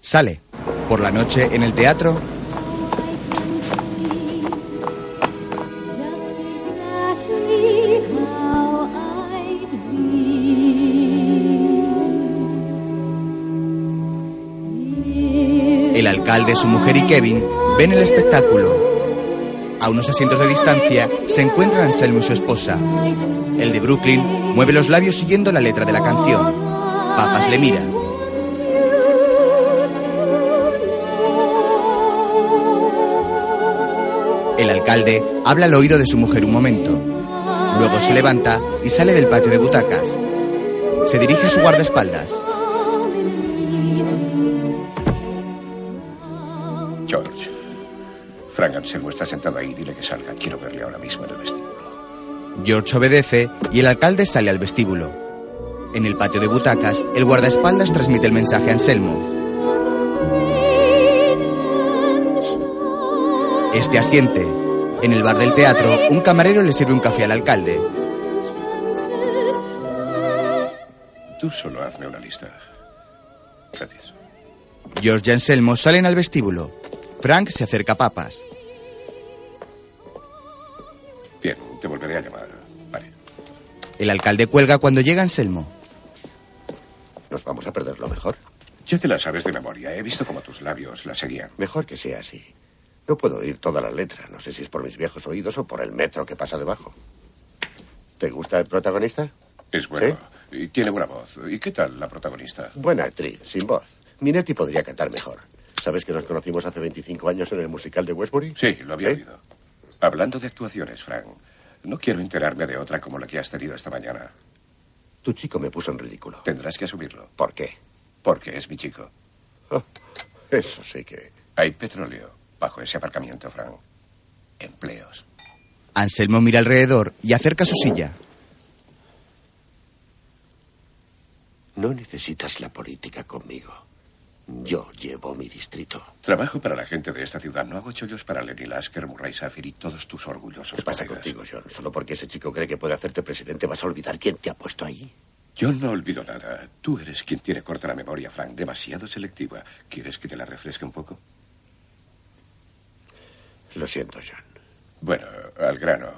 Sale. Por la noche, en el teatro, el alcalde, su mujer y Kevin ven el espectáculo. A unos asientos de distancia se encuentran Anselmo y su esposa. El de Brooklyn mueve los labios siguiendo la letra de la canción. Papas le mira. El alcalde habla al oído de su mujer un momento. Luego se levanta y sale del patio de butacas. Se dirige a su guardaespaldas.
George, Frank Anselmo está sentado ahí. Dile que salga. Quiero verle ahora mismo en el vestido.
George obedece y el alcalde sale al vestíbulo. En el patio de butacas, el guardaespaldas transmite el mensaje a Anselmo. Este asiente. En el bar del teatro, un camarero le sirve un café al alcalde.
Tú solo hazme una lista. Gracias.
George y Anselmo salen al vestíbulo. Frank se acerca a Papas.
Bien, te volveré a llamar. Vale.
El alcalde cuelga cuando llega Anselmo.
Nos vamos a perder lo mejor.
Ya te la sabes de memoria. ¿eh? He visto cómo tus labios la seguían.
Mejor que sea así. No puedo oír toda la letra. No sé si es por mis viejos oídos o por el metro que pasa debajo. ¿Te gusta el protagonista?
Es bueno. Y tiene buena voz. ¿Y qué tal la protagonista?
Buena actriz, sin voz. Minetti podría cantar mejor. ¿Sabes que nos conocimos hace 25 años en el musical de Westbury?
Sí, lo había oído. Hablando de actuaciones, Frank, no quiero enterarme de otra como la que has tenido esta mañana.
Tu chico me puso en ridículo.
Tendrás que asumirlo.
¿Por qué? Ah,
Porque es mi chico.
Eso sí que.
Hay petróleo bajo ese aparcamiento, Frank. Empleos.
Anselmo mira alrededor y acerca su silla.
No necesitas la política conmigo. Yo llevo mi distrito.
Trabajo para la gente de esta ciudad. No hago chollos para Lenny Lasker, Murray Safir y todos tus orgullosos.
¿Qué pasa contigo, John? Solo porque ese chico cree que puede hacerte presidente, vas a olvidar quién te ha puesto ahí.
Yo no olvido nada. Tú eres quien tiene corta la memoria, Frank. Demasiado selectiva. ¿Quieres que te la refresque un poco?
Lo siento, John.
Bueno, al grano.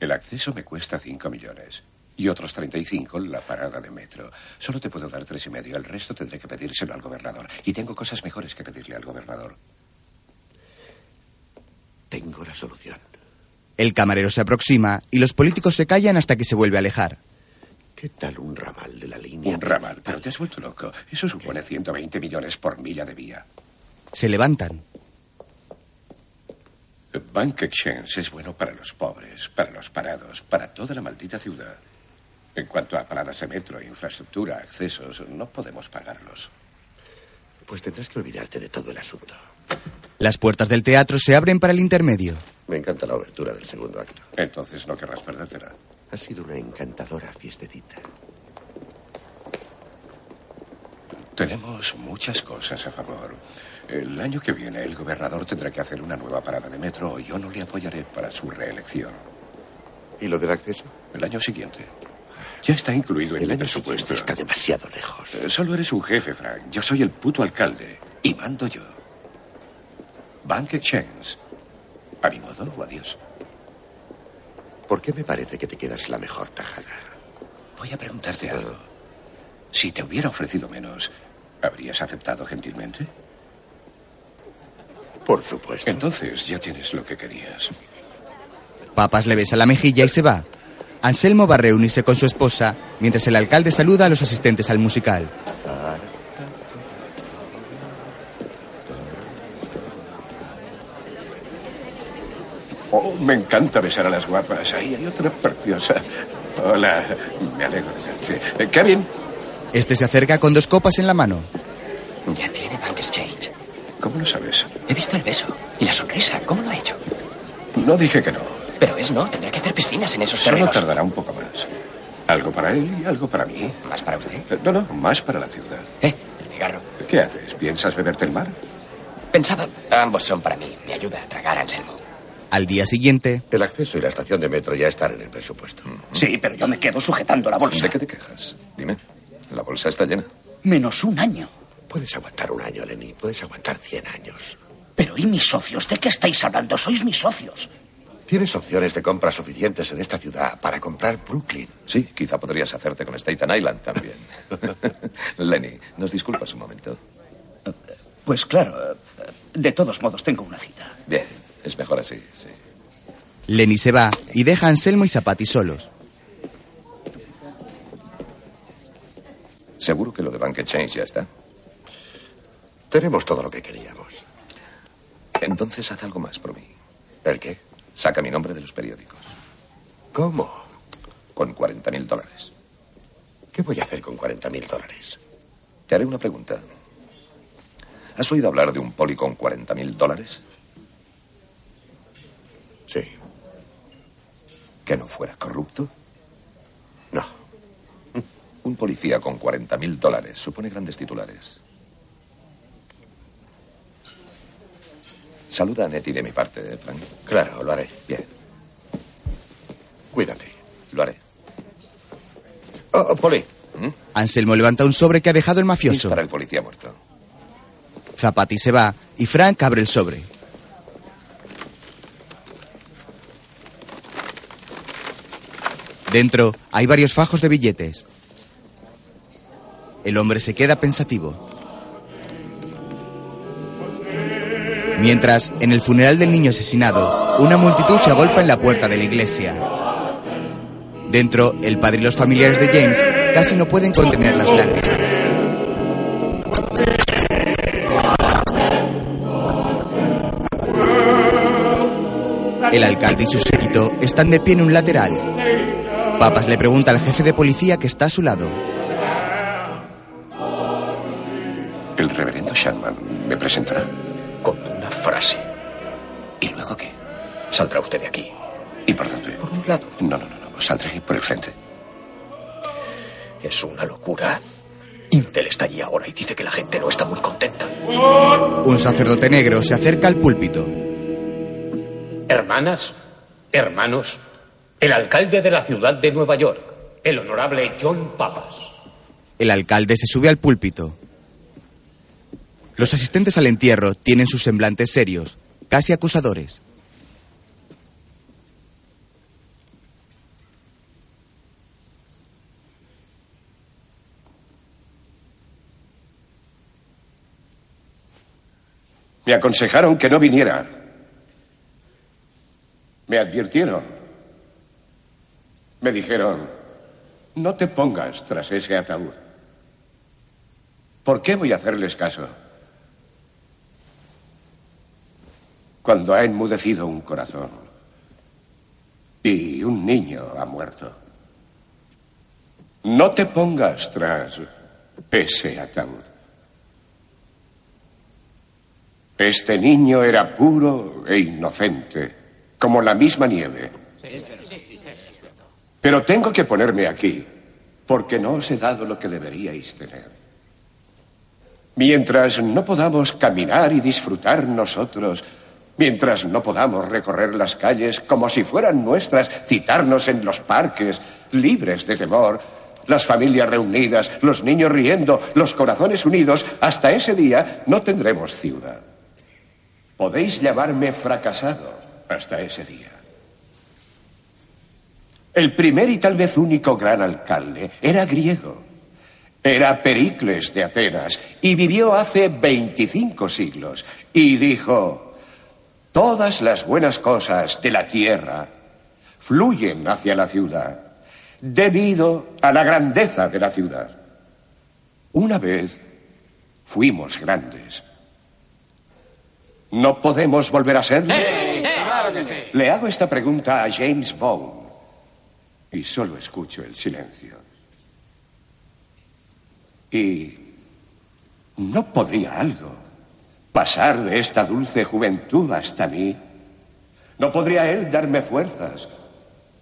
El acceso me cuesta 5 millones. Y otros 35 la parada de metro. Solo te puedo dar tres y medio. El resto tendré que pedírselo al gobernador. Y tengo cosas mejores que pedirle al gobernador.
Tengo la solución.
El camarero se aproxima y los políticos se callan hasta que se vuelve a alejar.
¿Qué tal un ramal de la línea?
Un ramal. Pero te has vuelto loco. Eso supone 120 millones por milla de vía.
Se levantan.
Bank Exchange es bueno para los pobres, para los parados, para toda la maldita ciudad. En cuanto a paradas de metro, infraestructura, accesos, no podemos pagarlos.
Pues tendrás que olvidarte de todo el asunto.
Las puertas del teatro se abren para el intermedio.
Me encanta la obertura del segundo acto.
Entonces no querrás perdértela.
Ha sido una encantadora fiestecita.
Tenemos muchas cosas a favor. El año que viene el gobernador tendrá que hacer una nueva parada de metro o yo no le apoyaré para su reelección.
¿Y lo del acceso?
El año siguiente. Ya está incluido en el mi presupuesto. Está
demasiado lejos.
solo eres un jefe, Frank. Yo soy el puto alcalde. Y mando yo. Bank Exchange. A mi modo o adiós.
¿Por qué me parece que te quedas la mejor tajada?
Voy a preguntarte algo. Si te hubiera ofrecido menos, ¿habrías aceptado gentilmente?
Por supuesto.
Entonces ya tienes lo que querías.
Papas le besa la mejilla y se va. Anselmo va a reunirse con su esposa mientras el alcalde saluda a los asistentes al musical.
Oh, me encanta besar a las guapas. Ahí hay otra preciosa. Hola, me alegro de verte. Eh, Kevin,
Este se acerca con dos copas en la mano.
Ya tiene Bank Exchange.
¿cómo lo sabes?
He visto el beso y la sonrisa. ¿Cómo lo ha hecho?
No dije que no.
Pero es no, tendrá que hacer piscinas en esos
Solo
terrenos.
tardará un poco más. Algo para él y algo para mí. Eh,
¿Más para usted?
No, no, más para la ciudad.
Eh, el cigarro.
¿Qué haces? ¿Piensas beberte el mar?
Pensaba, ambos son para mí. Me ayuda a tragar, Anselmo.
Al día siguiente.
El acceso y la estación de metro ya están en el presupuesto.
Sí, pero yo me quedo sujetando la bolsa.
¿De qué te quejas? Dime. La bolsa está llena.
Menos un año.
Puedes aguantar un año, Lenny. Puedes aguantar 100 años.
Pero ¿y mis socios? ¿De qué estáis hablando? Sois mis socios.
Tienes opciones de compra suficientes en esta ciudad para comprar Brooklyn.
Sí, quizá podrías hacerte con Staten Island también. (laughs) Lenny, ¿nos disculpas un momento?
Pues claro, eh, de todos modos tengo una cita.
Bien, es mejor así, sí.
Lenny se va y deja a Anselmo y Zapati solos.
Seguro que lo de Bank Exchange ya está.
Tenemos todo lo que queríamos.
Entonces haz algo más por mí.
¿El qué?
Saca mi nombre de los periódicos.
¿Cómo?
Con 40.000 dólares.
¿Qué voy a hacer con 40.000 dólares?
Te haré una pregunta. ¿Has oído hablar de un poli con 40.000 dólares?
Sí.
¿Que no fuera corrupto?
No.
Un policía con 40.000 dólares supone grandes titulares. Saluda a Nettie de mi parte, ¿eh, Frank.
Claro, lo haré.
Bien,
Cuídate.
lo haré.
Oh, oh, Poli.
Anselmo levanta un sobre que ha dejado el mafioso.
Para ¿Mm? el policía muerto.
Zapati se va y Frank abre el sobre. Dentro hay varios fajos de billetes. El hombre se queda pensativo. Mientras, en el funeral del niño asesinado, una multitud se agolpa en la puerta de la iglesia. Dentro, el padre y los familiares de James casi no pueden contener las lágrimas. El alcalde y su séquito están de pie en un lateral. Papas le pregunta al jefe de policía que está a su lado.
El reverendo Shanman me presentará.
Con una frase. ¿Y luego qué? Saldrá usted de aquí.
¿Y por dónde? Por
un lado.
No, no, no, no. Saldré por el frente.
Es una locura. Intel está allí ahora y dice que la gente no está muy contenta.
Un sacerdote negro se acerca al púlpito.
Hermanas, hermanos, el alcalde de la ciudad de Nueva York, el honorable John Papas.
El alcalde se sube al púlpito. Los asistentes al entierro tienen sus semblantes serios, casi acusadores.
Me aconsejaron que no viniera. Me advirtieron. Me dijeron, no te pongas tras ese ataúd. ¿Por qué voy a hacerles caso? Cuando ha enmudecido un corazón y un niño ha muerto. No te pongas tras ese ataúd. Este niño era puro e inocente, como la misma nieve. Pero tengo que ponerme aquí, porque no os he dado lo que deberíais tener. Mientras no podamos caminar y disfrutar nosotros, mientras no podamos recorrer las calles como si fueran nuestras, citarnos en los parques, libres de temor, las familias reunidas, los niños riendo, los corazones unidos, hasta ese día no tendremos ciudad. Podéis llamarme fracasado hasta ese día. El primer y tal vez único gran alcalde era griego. Era Pericles de Atenas y vivió hace 25 siglos y dijo, todas las buenas cosas de la tierra fluyen hacia la ciudad debido a la grandeza de la ciudad. Una vez fuimos grandes. No podemos volver a serlo.
Claro que sí.
Le hago esta pregunta a James Bond y solo escucho el silencio. Y no podría algo pasar de esta dulce juventud hasta mí. No podría él darme fuerzas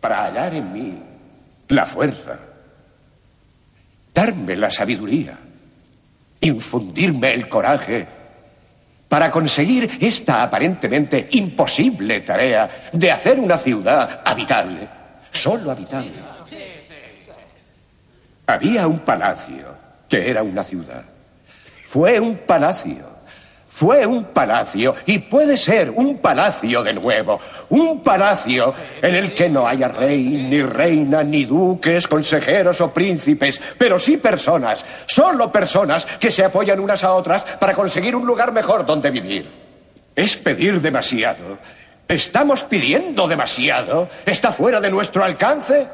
para hallar en mí la fuerza, darme la sabiduría, infundirme el coraje para conseguir esta aparentemente imposible tarea de hacer una ciudad habitable, solo habitable. Había un palacio que era una ciudad. Fue un palacio. Fue un palacio y puede ser un palacio de nuevo. Un palacio en el que no haya rey, ni reina, ni duques, consejeros o príncipes, pero sí personas, solo personas que se apoyan unas a otras para conseguir un lugar mejor donde vivir. Es pedir demasiado. ¿Estamos pidiendo demasiado? ¿Está fuera de nuestro alcance?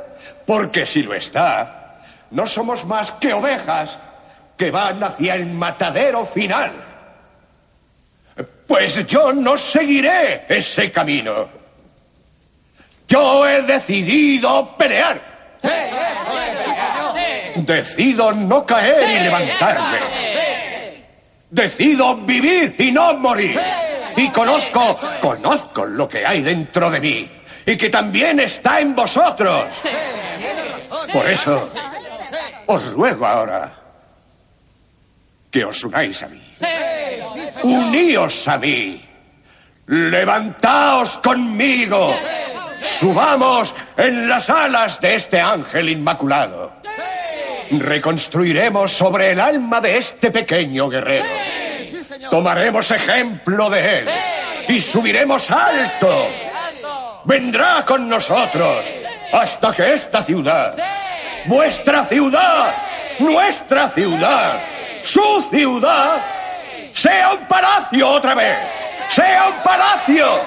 Porque si lo está, no somos más que ovejas que van hacia el matadero final. Pues yo no seguiré ese camino. Yo he decidido pelear. Decido no caer y levantarme. Decido vivir y no morir. Y conozco, conozco lo que hay dentro de mí. Y que también está en vosotros. Por eso, os ruego ahora que os unáis a mí. Uníos a mí. Levantaos conmigo. Subamos en las alas de este ángel inmaculado. Reconstruiremos sobre el alma de este pequeño guerrero. Tomaremos ejemplo de él y subiremos alto. Vendrá con nosotros hasta que esta ciudad, vuestra ciudad, nuestra ciudad, su ciudad, sea un palacio otra vez. Sea un palacio.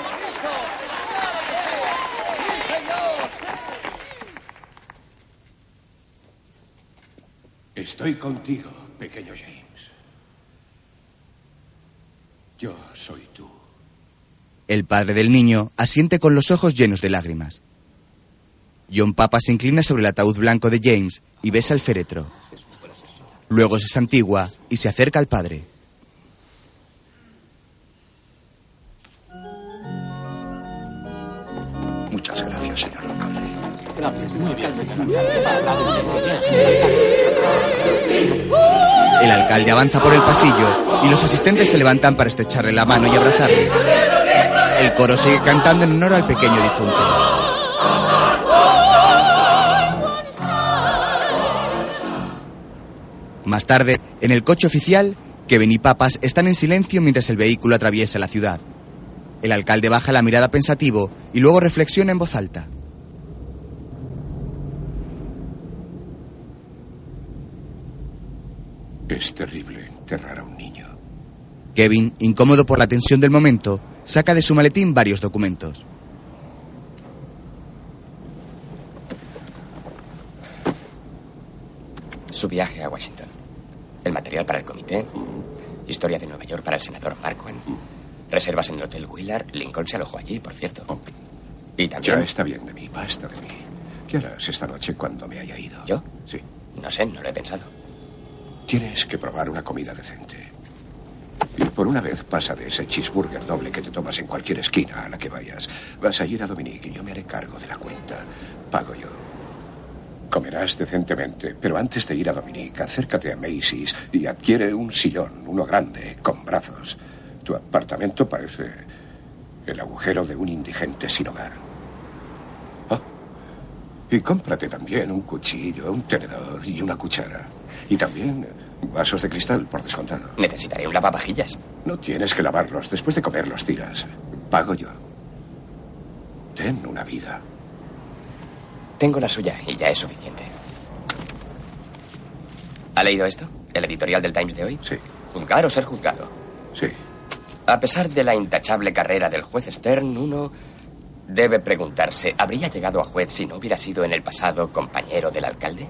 Estoy contigo, pequeño James. Yo soy tú.
El padre del niño asiente con los ojos llenos de lágrimas. John Papa se inclina sobre el ataúd blanco de James y besa el féretro. Luego se santigua y se acerca al padre.
Muchas gracias, señor
Gracias, muy bien.
El alcalde avanza por el pasillo y los asistentes se levantan para estrecharle la mano y abrazarle. El coro sigue cantando en honor al pequeño difunto. Más tarde, en el coche oficial, Kevin y Papas están en silencio mientras el vehículo atraviesa la ciudad. El alcalde baja la mirada pensativo y luego reflexiona en voz alta.
Es terrible enterrar a un niño.
Kevin, incómodo por la tensión del momento, saca de su maletín varios documentos.
Su viaje a Washington. El material para el comité. Historia de Nueva York para el senador Marquand. Reservas en el Hotel Willard. Lincoln se alojó allí, por cierto. Y
Ya
también.
está bien de mí, basta de mí. ¿Qué harás esta noche cuando me haya ido?
¿Yo?
Sí.
No sé, no lo he pensado.
Tienes que probar una comida decente. Y por una vez pasa de ese cheeseburger doble que te tomas en cualquier esquina a la que vayas. Vas a ir a Dominique y yo me haré cargo de la cuenta. Pago yo. Comerás decentemente, pero antes de ir a Dominique, acércate a Macy's y adquiere un sillón, uno grande, con brazos. Tu apartamento parece el agujero de un indigente sin hogar. Ah, y cómprate también un cuchillo, un tenedor y una cuchara. Y también vasos de cristal, por descontado.
Necesitaré un lavavajillas.
No tienes que lavarlos. Después de comer los tiras. Pago yo. Ten una vida.
Tengo la suya y ya es suficiente. ¿Ha leído esto? ¿El editorial del Times de hoy?
Sí.
¿Juzgar o ser juzgado?
Sí.
A pesar de la intachable carrera del juez Stern, uno debe preguntarse, ¿habría llegado a juez si no hubiera sido en el pasado compañero del alcalde?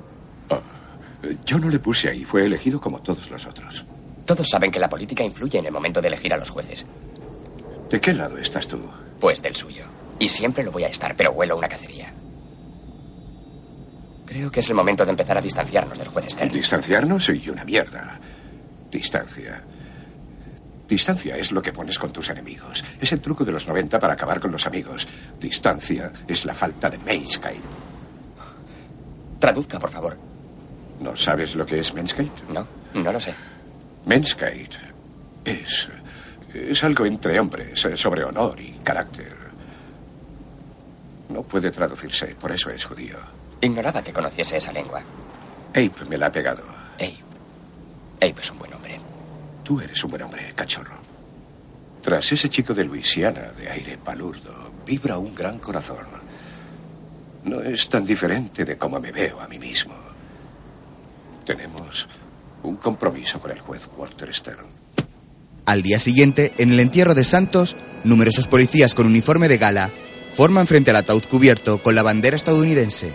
Oh, Yo no le puse ahí. Fue elegido como todos los otros.
Todos saben que la política influye en el momento de elegir a los jueces.
¿De qué lado estás tú?
Pues del suyo. Y siempre lo voy a estar, pero huelo una cacería. Creo que es el momento de empezar a distanciarnos del juez Stern.
Distanciarnos y una mierda. Distancia. Distancia es lo que pones con tus enemigos. Es el truco de los 90 para acabar con los amigos. Distancia es la falta de Manscape.
Traduzca, por favor.
¿No sabes lo que es Manscape?
No, no lo sé.
Manscape es. es algo entre hombres, eh, sobre honor y carácter. No puede traducirse, por eso es judío.
Ignoraba que conociese esa lengua.
Ape pues me la ha pegado.
Ape. Ape es pues un buen hombre.
Tú eres un buen hombre, cachorro. Tras ese chico de Luisiana, de aire palurdo, vibra un gran corazón. No es tan diferente de cómo me veo a mí mismo. Tenemos un compromiso con el juez Walter Stern.
Al día siguiente, en el entierro de Santos, numerosos policías con uniforme de gala forman frente al ataúd cubierto con la bandera estadounidense.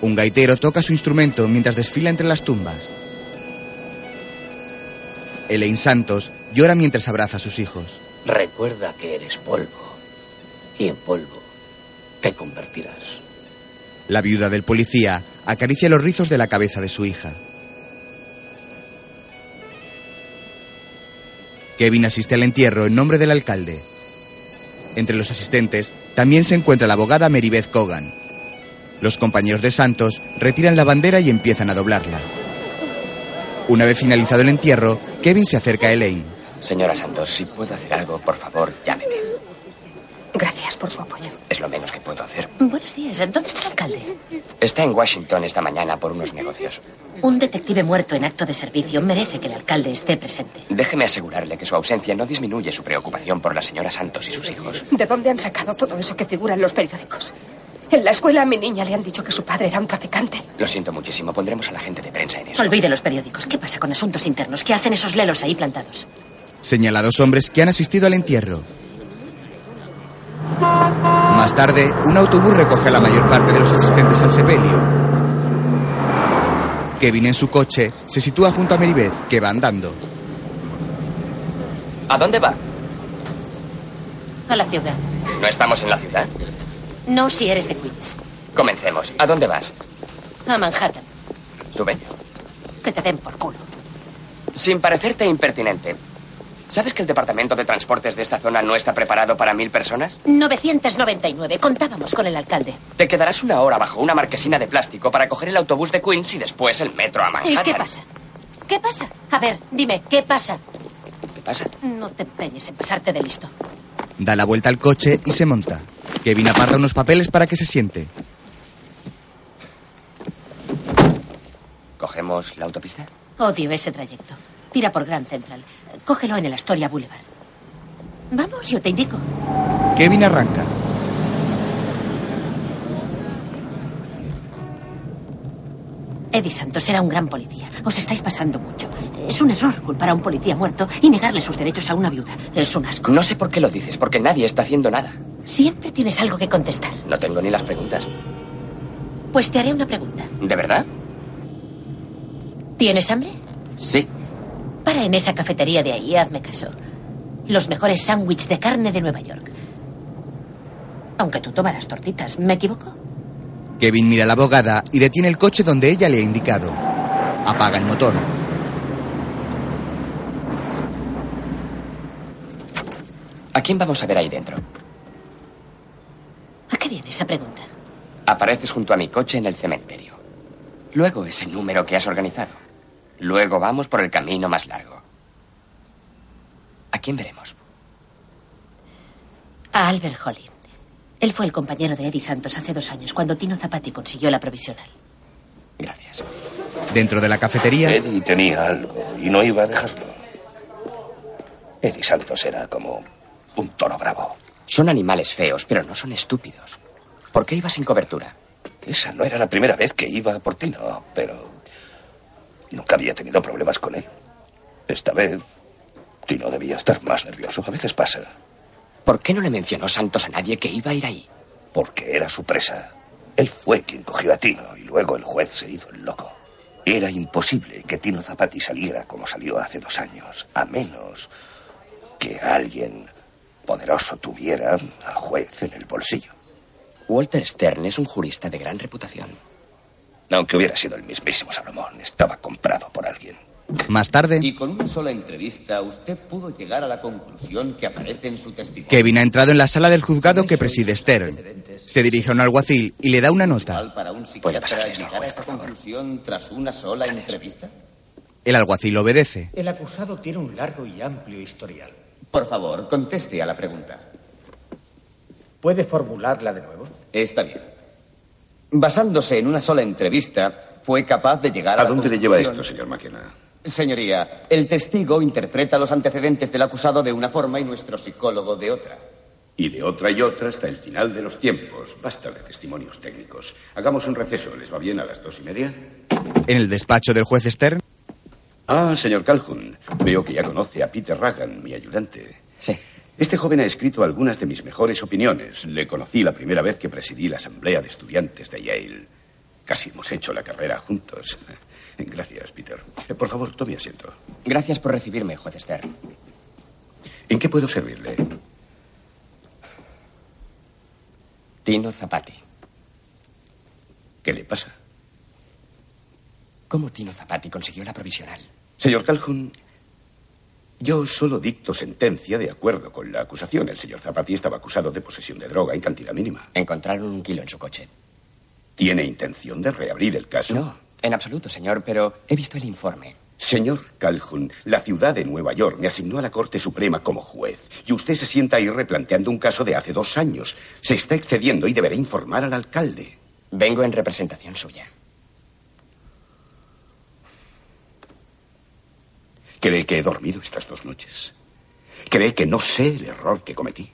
Un gaitero toca su instrumento mientras desfila entre las tumbas. Elaine Santos llora mientras abraza a sus hijos.
Recuerda que eres polvo. Y en polvo te convertirás.
La viuda del policía acaricia los rizos de la cabeza de su hija. Kevin asiste al entierro en nombre del alcalde. Entre los asistentes también se encuentra la abogada Meribeth Cogan. Los compañeros de Santos retiran la bandera y empiezan a doblarla. Una vez finalizado el entierro, Kevin se acerca a Elaine.
Señora Santos, si puedo hacer algo, por favor, llámeme.
Gracias por su apoyo.
Es lo menos que puedo hacer.
Buenos días. ¿Dónde está el alcalde?
Está en Washington esta mañana por unos negocios.
Un detective muerto en acto de servicio merece que el alcalde esté presente.
Déjeme asegurarle que su ausencia no disminuye su preocupación por la señora Santos y sus hijos.
¿De dónde han sacado todo eso que figura en los periódicos? En la escuela a mi niña le han dicho que su padre era un traficante.
Lo siento muchísimo, pondremos a la gente de prensa en eso.
Olvide los periódicos. ¿Qué pasa con asuntos internos? ¿Qué hacen esos lelos ahí plantados?
Señala a dos hombres que han asistido al entierro. Más tarde, un autobús recoge a la mayor parte de los asistentes al sepelio. Kevin en su coche se sitúa junto a Meribeth, que va andando.
¿A dónde va?
A la ciudad.
¿No estamos en la ciudad?
No si eres de Queens.
Comencemos. ¿A dónde vas?
A Manhattan.
Sube.
Que te den por culo.
Sin parecerte impertinente, ¿sabes que el departamento de transportes de esta zona no está preparado para mil personas?
999. Contábamos con el alcalde.
Te quedarás una hora bajo una marquesina de plástico para coger el autobús de Queens y después el metro a Manhattan.
¿Y qué pasa? ¿Qué pasa? A ver, dime, ¿qué pasa?
¿Qué pasa?
No te empeñes en pasarte de listo.
Da la vuelta al coche y se monta. Kevin aparta unos papeles para que se siente.
¿Cogemos la autopista?
Odio ese trayecto. Tira por Grand Central. Cógelo en el Astoria Boulevard. Vamos, yo te indico.
Kevin arranca.
Eddie Santos era un gran policía. Os estáis pasando mucho. Es un error culpar a un policía muerto y negarle sus derechos a una viuda. Es un asco.
No sé por qué lo dices, porque nadie está haciendo nada.
Siempre tienes algo que contestar.
No tengo ni las preguntas.
Pues te haré una pregunta.
¿De verdad?
¿Tienes hambre?
Sí.
Para en esa cafetería de ahí, hazme caso. Los mejores sándwiches de carne de Nueva York. Aunque tú tomarás tortitas, ¿me equivoco?
Kevin mira a la abogada y detiene el coche donde ella le ha indicado. Apaga el motor.
¿A quién vamos a ver ahí dentro?
¿A qué viene esa pregunta?
Apareces junto a mi coche en el cementerio. Luego ese número que has organizado. Luego vamos por el camino más largo. ¿A quién veremos?
A Albert Holly. Él fue el compañero de Eddie Santos hace dos años, cuando Tino Zapati consiguió la provisional.
Dentro de la cafetería.
Eddie tenía algo y no iba a dejarlo. Eddie Santos era como un toro bravo.
Son animales feos, pero no son estúpidos. ¿Por qué iba sin cobertura?
Esa no era la primera vez que iba por Tino, pero nunca había tenido problemas con él. Esta vez, Tino debía estar más nervioso. A veces pasa.
¿Por qué no le mencionó Santos a nadie que iba a ir ahí?
Porque era su presa. Él fue quien cogió a Tino y luego el juez se hizo el loco. Era imposible que Tino Zapati saliera como salió hace dos años, a menos que alguien poderoso tuviera al juez en el bolsillo.
Walter Stern es un jurista de gran reputación.
Aunque hubiera sido el mismísimo Pues Salomón, estaba comprado por alguien.
Más tarde,
Y con una sola entrevista, usted pudo llegar a la conclusión que aparece en su testimonio.
Kevin ha entrado en la sala del juzgado que preside Stern. Se dirige a un alguacil y le da una nota.
Para un psiquiatra llegar a esa conclusión tras una sola entrevista.
El alguacil obedece.
El acusado tiene un largo y amplio historial. Por favor, conteste a la pregunta.
¿Puede formularla de nuevo?
Está bien. Basándose en una sola entrevista, fue capaz de llegar a.
¿A
la
dónde le lleva
conclusión-
esto, señor Máquina?
Señoría, el testigo interpreta los antecedentes del acusado de una forma y nuestro psicólogo de otra.
Y de otra y otra hasta el final de los tiempos. Basta de testimonios técnicos. Hagamos un receso. ¿Les va bien a las dos y media?
En el despacho del juez Stern,
Ah, señor Calhoun. Veo que ya conoce a Peter Ragan, mi ayudante.
Sí.
Este joven ha escrito algunas de mis mejores opiniones. Le conocí la primera vez que presidí la asamblea de estudiantes de Yale. Casi hemos hecho la carrera juntos. (laughs) Gracias, Peter. Eh, Por favor, tome asiento.
Gracias por recibirme, juez Stern.
¿En qué puedo servirle?
Tino Zapati.
¿Qué le pasa?
¿Cómo Tino Zapati consiguió la provisional?
Señor Calhoun, yo solo dicto sentencia de acuerdo con la acusación. El señor Zapati estaba acusado de posesión de droga en cantidad mínima.
Encontraron un kilo en su coche.
¿Tiene intención de reabrir el caso?
No, en absoluto, señor, pero he visto el informe.
Señor Calhoun, la ciudad de Nueva York me asignó a la Corte Suprema como juez y usted se sienta ahí replanteando un caso de hace dos años. Se está excediendo y deberá informar al alcalde.
Vengo en representación suya.
¿Cree que he dormido estas dos noches? ¿Cree que no sé el error que cometí?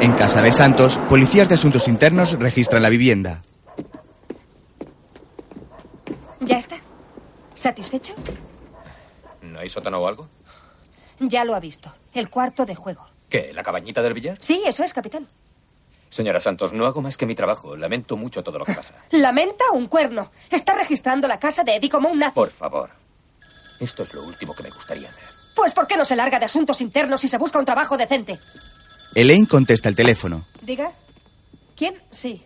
en casa de Santos, policías de asuntos internos registran la vivienda.
¿Ya está? ¿Satisfecho?
¿No hay sótano o algo?
Ya lo ha visto. El cuarto de juego.
¿Qué? ¿La cabañita del billar?
Sí, eso es, capitán.
Señora Santos, no hago más que mi trabajo. Lamento mucho todo lo que pasa.
Lamenta un cuerno. Está registrando la casa de Eddie como un nazi.
Por favor. Esto es lo último que me gustaría hacer.
Pues ¿por qué no se larga de asuntos internos y se busca un trabajo decente?
Elaine contesta el teléfono.
Diga. ¿Quién? (sighs) Sí.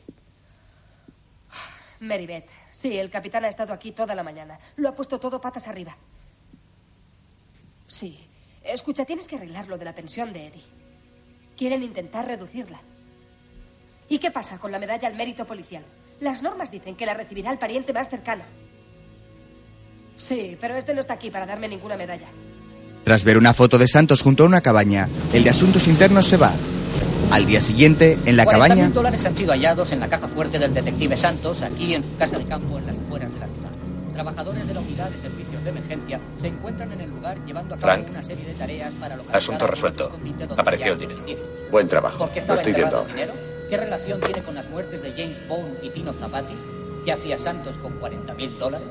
Meribeth. Sí, el capitán ha estado aquí toda la mañana. Lo ha puesto todo patas arriba. Sí. Escucha, tienes que arreglar lo de la pensión de Eddie. Quieren intentar reducirla. ¿Y qué pasa con la medalla al mérito policial? Las normas dicen que la recibirá el pariente más cercano. Sí, pero este no está aquí para darme ninguna medalla.
Tras ver una foto de Santos junto a una cabaña, el de asuntos internos se va. Al día siguiente, en la
40.000
cabaña,
dólares han sido hallados en la caja fuerte del detective Santos, aquí en su casa de campo en las afueras de la ciudad. Trabajadores de la unidad de servicios de emergencia se encuentran en el lugar llevando a cabo
Frank.
una serie de tareas para localizar
Asunto
a los
resuelto.
escondites donde
Apareció el
hallaron sus
dinero.
niños.
Buen trabajo.
¿Por qué
Lo
estaba
estoy viendo
enterrado el
ahora.
dinero? ¿Qué relación tiene con las muertes de James Bone y Tino Zapati? ¿Qué hacía Santos con 40.000 dólares?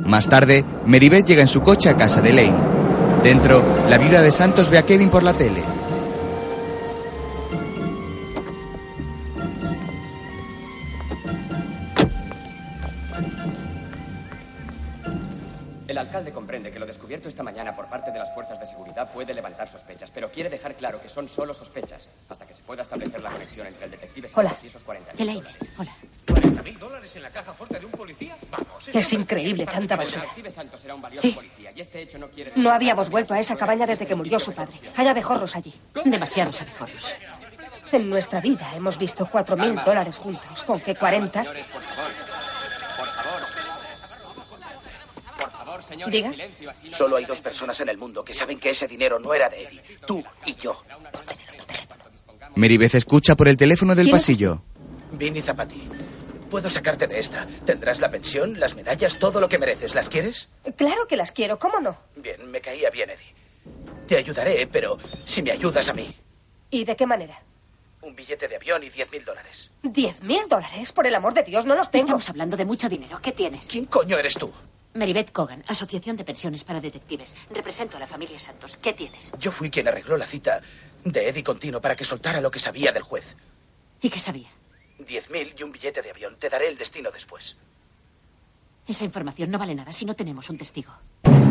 más tarde, Meribeth llega en su coche a casa de Elaine. Dentro, la viuda de Santos ve a Kevin por la tele.
El
alcalde comprende que lo descubierto esta mañana por parte de las fuerzas de seguridad puede levantar sospechas, pero quiere dejar claro que son solo sospechas hasta que se pueda establecer la conexión entre el detective
Hola.
Santos y esos 40
Elaine, hola.
¿Mil dólares en la caja fuerte de un policía? Vamos,
Es increíble tanta
El
basura.
detective Santos será un valioso
Sí.
policía y este hecho no quiere...
No habíamos vuelto a esa cabaña desde que murió su padre. Hay abejorros allí.
Demasiados abejorros.
En nuestra vida hemos visto cuatro mil dólares juntos. ¿Con qué 40?
Por favor, por favor. Por favor, señores,
Diga.
silencio, así no...
Solo hay dos personas en el mundo que saben que ese dinero no era de Eddie. Tú y yo.
Meribeth escucha por el teléfono del
¿Quién es?
pasillo.
Vinny Zapati. Puedo sacarte de esta. Tendrás la pensión, las medallas, todo lo que mereces. ¿Las quieres?
Claro que las quiero, ¿cómo no?
Bien, me caía bien, Eddie. Te ayudaré, pero si me ayudas a mí.
¿Y de qué manera?
Un billete de avión y 10.000 dólares.
¿Diez mil dólares? Por el amor de Dios, no los tengo.
Estamos hablando de mucho dinero. ¿Qué tienes?
¿Quién coño eres tú?
Meribeth Cogan, Asociación de Pensiones para Detectives. Represento a la familia Santos. ¿Qué tienes?
Yo fui quien arregló la cita de Eddie Contino para que soltara lo que sabía del juez.
¿Y qué sabía?
10.000 y un billete de avión. Te daré el destino después.
Esa información no vale nada si no tenemos un testigo.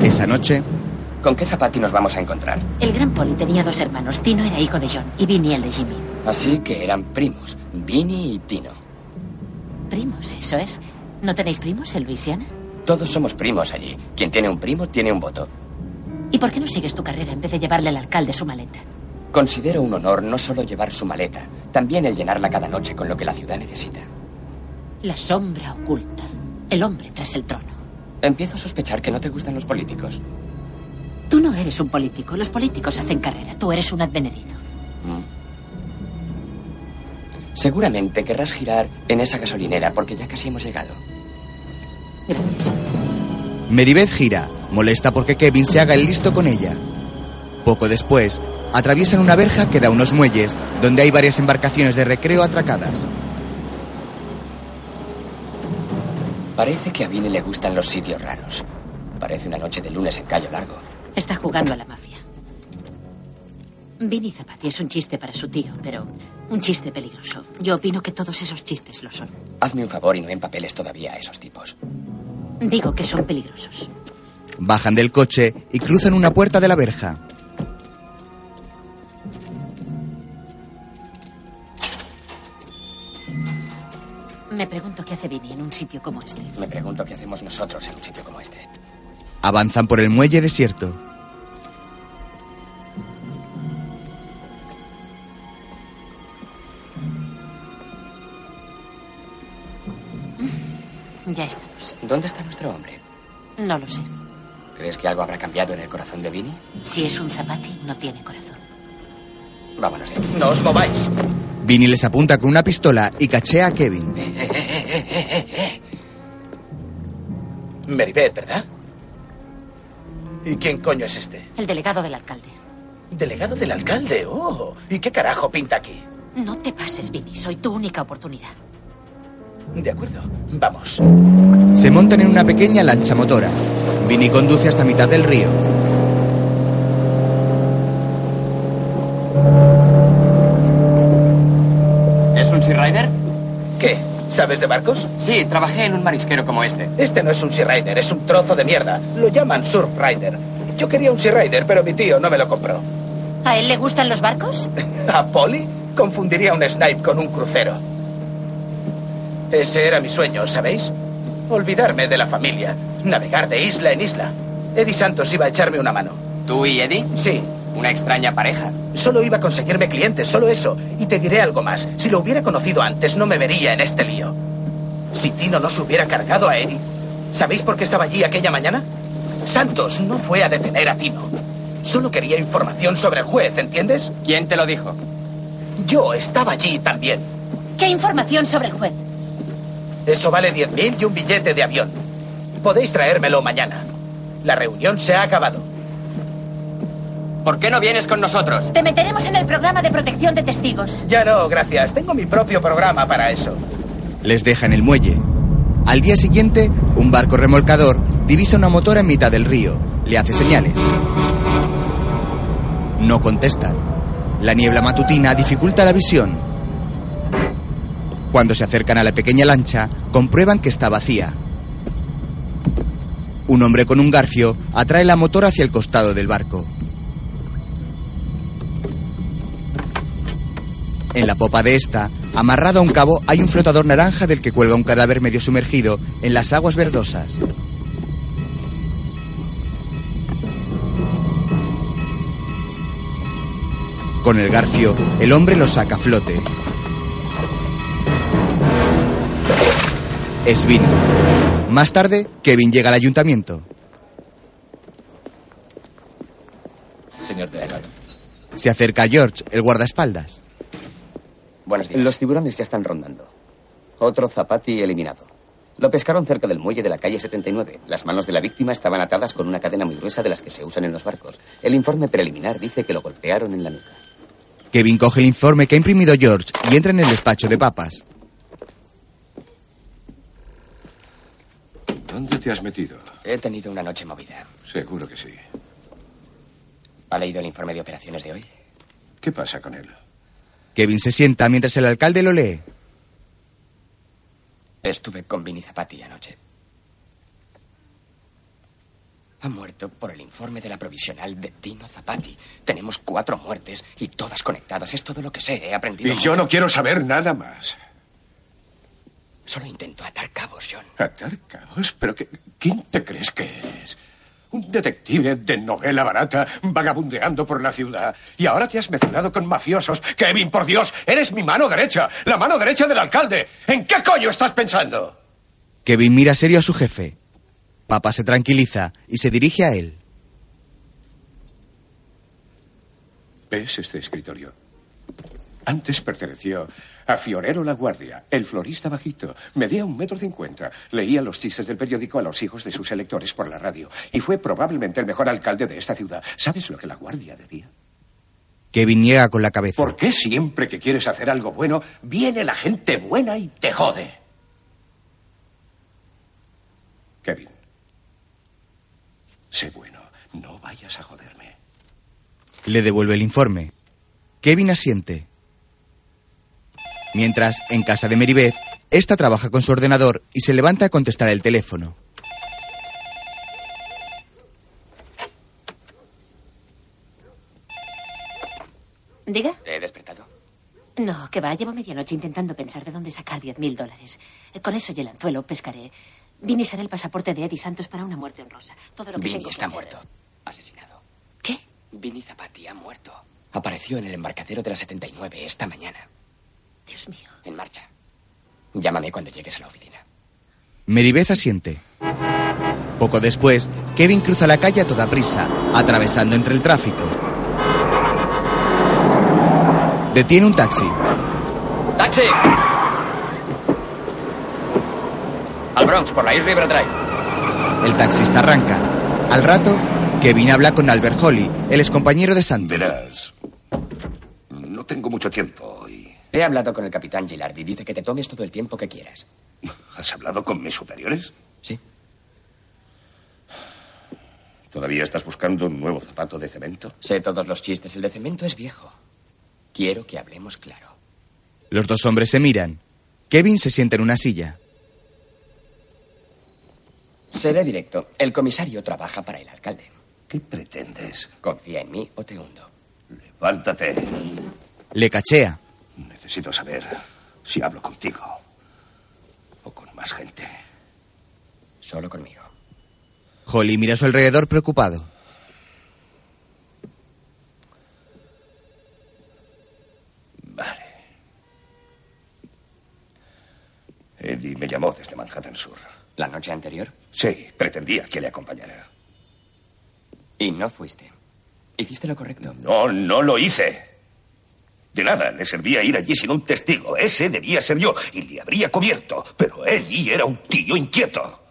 Esa noche...
¿Con qué Zapati nos vamos a encontrar?
El gran Poli tenía dos hermanos. Tino era hijo de John y Vinny el de Jimmy.
Así que eran primos, Vinny y Tino.
Primos, eso es. ¿No tenéis primos en Luisiana?
Todos somos primos allí. Quien tiene un primo tiene un voto.
¿Y por qué no sigues tu carrera en vez de llevarle al alcalde su maleta?
Considero un honor no solo llevar su maleta, también el llenarla cada noche con lo que la ciudad necesita.
La sombra oculta. El hombre tras el trono.
Empiezo a sospechar que no te gustan los políticos.
Tú no eres un político. Los políticos hacen carrera. Tú eres un advenedizo.
Seguramente querrás girar en esa gasolinera porque ya casi hemos llegado.
Meribeth gira, molesta porque Kevin se haga el listo con ella. Poco después, atraviesan una verja que da a unos muelles, donde hay varias embarcaciones de recreo atracadas.
Parece que a Vine le gustan los sitios raros. Parece una noche de lunes en Cayo Largo.
Está jugando a la mafia. Vinny Zapati es un chiste para su tío, pero un chiste peligroso. Yo opino que todos esos chistes lo son.
Hazme un favor y no empapeles todavía a esos tipos.
Digo que son peligrosos.
Bajan del coche y cruzan una puerta de la verja.
Me pregunto qué hace Vinny en un sitio como este.
Me pregunto qué hacemos nosotros en un sitio como este.
Avanzan por el muelle desierto.
Ya estamos.
¿Dónde está nuestro hombre?
No lo sé.
¿Crees que algo habrá cambiado en el corazón de Vinny?
Si es un Zapati, no tiene corazón.
Vámonos de aquí.
No os mováis.
Vinny les apunta con una pistola y cachea a Kevin.
Meribeth, ¿verdad? ¿Y quién coño es este?
El delegado del alcalde.
Delegado del alcalde. Oh, ¿y qué carajo pinta aquí?
No te pases, Vinny. Soy tu única oportunidad.
De acuerdo, vamos.
Se montan en una pequeña lancha motora. Vinny conduce hasta mitad del río.
¿Es un Sea Rider?
¿Qué? ¿Sabes de barcos?
Sí, trabajé en un marisquero como este.
Este no es un Sea Rider, es un trozo de mierda. Lo llaman Surf Rider. Yo quería un Sea Rider, pero mi tío no me lo compró.
¿A él le gustan los barcos?
¿A Polly? Confundiría un snipe con un crucero. Ese era mi sueño, ¿sabéis? Olvidarme de la familia, navegar de isla en isla. Eddie Santos iba a echarme una mano.
¿Tú y Eddie?
Sí.
Una extraña pareja.
Solo iba a conseguirme clientes, solo eso. Y te diré algo más. Si lo hubiera conocido antes, no me vería en este lío. Si Tino no se hubiera cargado a Eddie. ¿Sabéis por qué estaba allí aquella mañana? Santos no fue a detener a Tino. Solo quería información sobre el juez, ¿entiendes?
¿Quién te lo dijo?
Yo estaba allí también.
¿Qué información sobre el juez?
Eso vale 10.000 y un billete de avión. Podéis traérmelo mañana. La reunión se ha acabado.
¿Por qué no vienes con nosotros?
Te meteremos en el programa de protección de testigos.
Ya no, gracias. Tengo mi propio programa para eso.
Les deja en el muelle. Al día siguiente, un barco remolcador divisa una motora en mitad del río. Le hace señales. No contestan. La niebla matutina dificulta la visión. Cuando se acercan a la pequeña lancha, comprueban que está vacía. Un hombre con un garfio atrae la motora hacia el costado del barco. En la popa de esta, amarrado a un cabo, hay un flotador naranja del que cuelga un cadáver medio sumergido en las aguas verdosas. Con el garfio, el hombre lo saca a flote. Es Vinny. Más tarde, Kevin llega al ayuntamiento.
Señor delegado.
Se acerca a George, el guardaespaldas.
Buenos días. Los tiburones ya están rondando. Otro zapati eliminado. Lo pescaron cerca del muelle de la calle 79. Las manos de la víctima estaban atadas con una cadena muy gruesa de las que se usan en los barcos. El informe preliminar dice que lo golpearon en la nuca.
Kevin coge el informe que ha imprimido George y entra en el despacho de papas.
¿Dónde te has metido?
He tenido una noche movida.
Seguro que sí.
¿Ha leído el informe de operaciones de hoy?
¿Qué pasa con él?
Kevin se sienta mientras el alcalde lo lee.
Estuve con Vinny Zapati anoche. Ha muerto por el informe de la provisional de Dino Zapati. Tenemos cuatro muertes y todas conectadas. Es todo lo que sé. He aprendido.
Y yo
mucho.
no quiero saber nada más.
Solo intento atar cabos, John.
¿Atar cabos? ¿Pero qué, quién te crees que eres? Un detective de novela barata vagabundeando por la ciudad. Y ahora te has mezclado con mafiosos. Kevin, por Dios, eres mi mano derecha. La mano derecha del alcalde. ¿En qué coño estás pensando?
Kevin mira serio a su jefe. Papa se tranquiliza y se dirige a él.
¿Ves este escritorio? Antes perteneció a Fiorero La Guardia, el florista bajito. Medía un metro cincuenta. Leía los chistes del periódico a los hijos de sus electores por la radio. Y fue probablemente el mejor alcalde de esta ciudad. ¿Sabes lo que La Guardia decía?
Kevin niega con la cabeza.
¿Por qué siempre que quieres hacer algo bueno, viene la gente buena y te jode? Kevin, sé bueno, no vayas a joderme.
Le devuelve el informe. Kevin asiente. Mientras, en casa de Meribeth, esta trabaja con su ordenador y se levanta a contestar el teléfono.
¿Diga?
¿Te he Eh, despertado?
No, que va. Llevo medianoche intentando pensar de dónde sacar 10.000 dólares. Eh, Con eso y el anzuelo pescaré. Vini será el pasaporte de Eddie Santos para una muerte honrosa. Todo lo que
Vinny
tengo que
está
hacer.
muerto. Asesinado.
¿Qué?
Vinny Zapati ha muerto. Apareció en el embarcadero de la 79 esta mañana.
Dios mío.
En marcha. Llámame cuando llegues a la oficina.
Meribeth asiente. Poco después, Kevin cruza la calle a toda prisa, atravesando entre el tráfico. Detiene un taxi.
¡Taxi! Al Bronx, por la East River Drive.
El taxista arranca. Al rato, Kevin habla con Albert Holly, el excompañero de Santos.
No tengo mucho tiempo y... He hablado con el capitán Gilardi. Dice que te tomes todo el tiempo que quieras.
¿Has hablado con mis superiores?
Sí.
¿Todavía estás buscando un nuevo zapato de cemento?
Sé todos los chistes. El de cemento es viejo. Quiero que hablemos claro.
Los dos hombres se miran. Kevin se sienta en una silla.
Seré directo. El comisario trabaja para el alcalde. ¿Qué pretendes? Confía en mí o te hundo.
Levántate.
Le cachea.
Necesito saber si hablo contigo o con más gente.
Solo conmigo.
Holly mira a su alrededor preocupado.
Vale. Eddie me llamó desde Manhattan Sur.
¿La noche anterior?
Sí, pretendía que le acompañara.
Y no fuiste. ¿Hiciste lo correcto?
No, no lo hice. De nada le servía ir allí sin un testigo. Ese debía ser yo y le habría cubierto. Pero Eddie era un tío inquieto.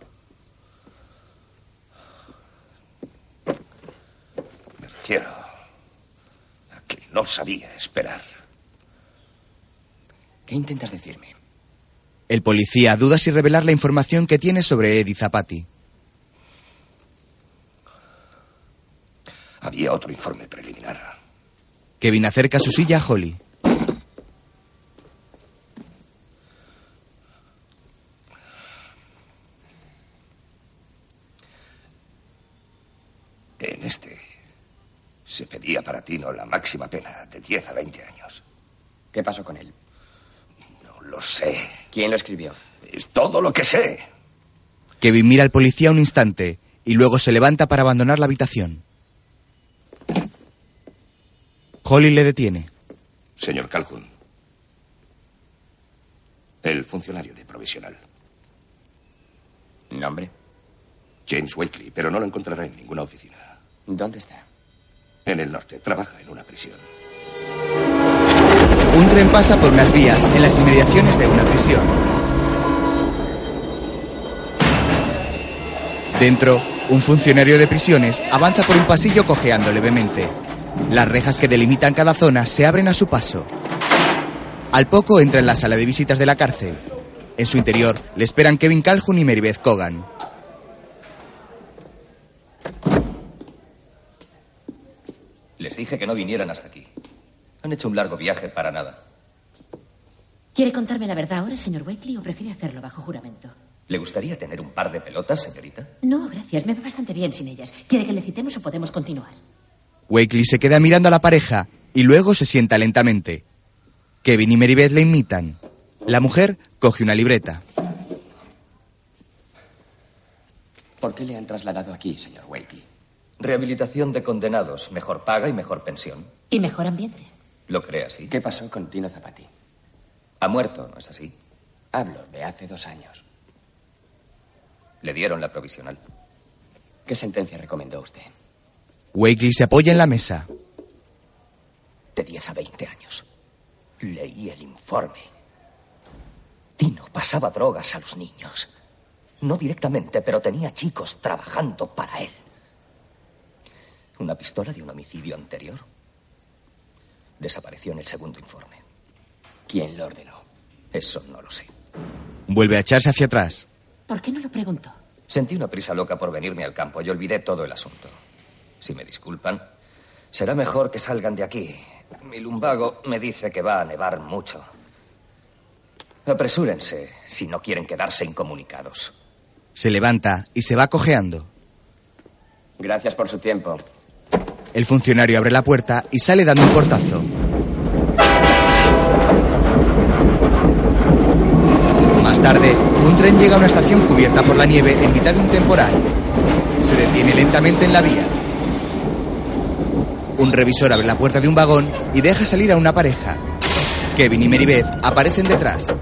Me refiero a que no sabía esperar.
¿Qué intentas decirme?
El policía duda si revelar la información que tiene sobre Eddie Zapati.
Había otro informe preliminar.
Kevin acerca su silla a Holly.
este latino la máxima pena, de 10 a 20 años.
¿Qué pasó con él?
No lo sé.
¿Quién lo escribió?
Es todo lo que sé.
Kevin mira al policía un instante y luego se levanta para abandonar la habitación. Holly le detiene.
Señor Calhoun. El funcionario de provisional.
¿Nombre?
James Wakely, pero no lo encontrará en ninguna oficina.
¿Dónde está?
En el norte. Trabaja en una prisión.
Un tren pasa por unas vías en las inmediaciones de una prisión. Dentro, un funcionario de prisiones avanza por un pasillo cojeando levemente. Las rejas que delimitan cada zona se abren a su paso. Al poco entra en la sala de visitas de la cárcel. En su interior le esperan Kevin Calhoun y Mary Beth Cogan.
Les dije que no vinieran hasta aquí. Han hecho un largo viaje para nada.
¿Quiere contarme la verdad ahora, señor Wakely, o prefiere hacerlo bajo juramento?
¿Le gustaría tener un par de pelotas, señorita?
No, gracias. Me va bastante bien sin ellas. ¿Quiere que le citemos o podemos continuar?
Wakely se queda mirando a la pareja y luego se sienta lentamente. Kevin y Mary Beth le imitan. La mujer coge una libreta.
¿Por qué le han trasladado aquí, señor Wakely?
Rehabilitación de condenados, mejor paga y mejor pensión.
Y mejor ambiente.
¿Lo cree así?
¿Qué pasó con Tino Zapati?
Ha muerto, ¿no es así?
Hablo de hace dos años.
Le dieron la provisional.
¿Qué sentencia recomendó usted?
Wakely se apoya en la mesa.
De 10 a 20 años. Leí el informe. Tino pasaba drogas a los niños. No directamente, pero tenía chicos trabajando para él. Una pistola de un homicidio anterior. Desapareció en el segundo informe.
¿Quién lo ordenó?
Eso no lo sé.
Vuelve a echarse hacia atrás.
¿Por qué no lo preguntó?
Sentí una prisa loca por venirme al campo y olvidé todo el asunto. Si me disculpan, será mejor que salgan de aquí. Mi lumbago me dice que va a nevar mucho. Apresúrense si no quieren quedarse incomunicados.
Se levanta y se va cojeando.
Gracias por su tiempo.
El funcionario abre la puerta y sale dando un portazo. Más tarde, un tren llega a una estación cubierta por la nieve en mitad de un temporal. Se detiene lentamente en la vía. Un revisor abre la puerta de un vagón y deja salir a una pareja. Kevin y Mary Beth aparecen detrás.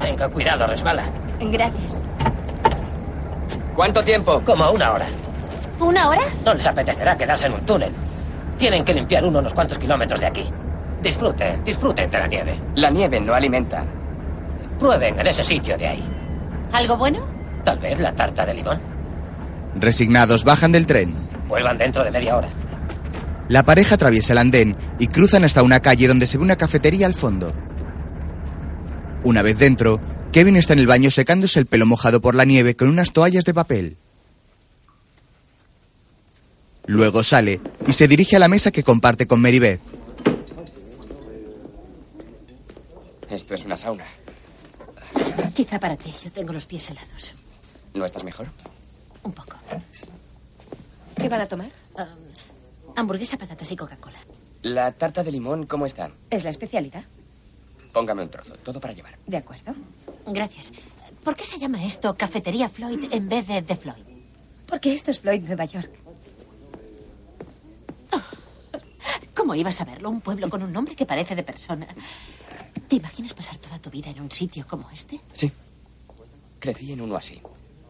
Tenga cuidado, resbala.
Gracias.
¿Cuánto tiempo? Como una hora.
¿Una hora?
No les apetecerá quedarse en un túnel. Tienen que limpiar uno unos cuantos kilómetros de aquí. Disfruten, disfruten de la nieve.
La nieve no alimenta.
Prueben en ese sitio de ahí.
¿Algo bueno?
Tal vez la tarta de limón.
Resignados, bajan del tren.
Vuelvan dentro de media hora.
La pareja atraviesa el andén y cruzan hasta una calle donde se ve una cafetería al fondo. Una vez dentro, Kevin está en el baño secándose el pelo mojado por la nieve con unas toallas de papel. Luego sale y se dirige a la mesa que comparte con Mary Beth.
Esto es una sauna.
Quizá para ti. Yo tengo los pies helados.
¿No estás mejor?
Un poco.
¿Qué van a tomar?
Ah, hamburguesa, patatas y Coca-Cola.
¿La tarta de limón cómo está?
Es la especialidad.
Póngame un trozo, todo para llevar.
De acuerdo.
Gracias. ¿Por qué se llama esto Cafetería Floyd en vez de The Floyd?
Porque esto es Floyd, Nueva York.
Oh, ¿Cómo ibas a verlo? Un pueblo con un nombre que parece de persona. ¿Te imaginas pasar toda tu vida en un sitio como este?
Sí. Crecí en uno así.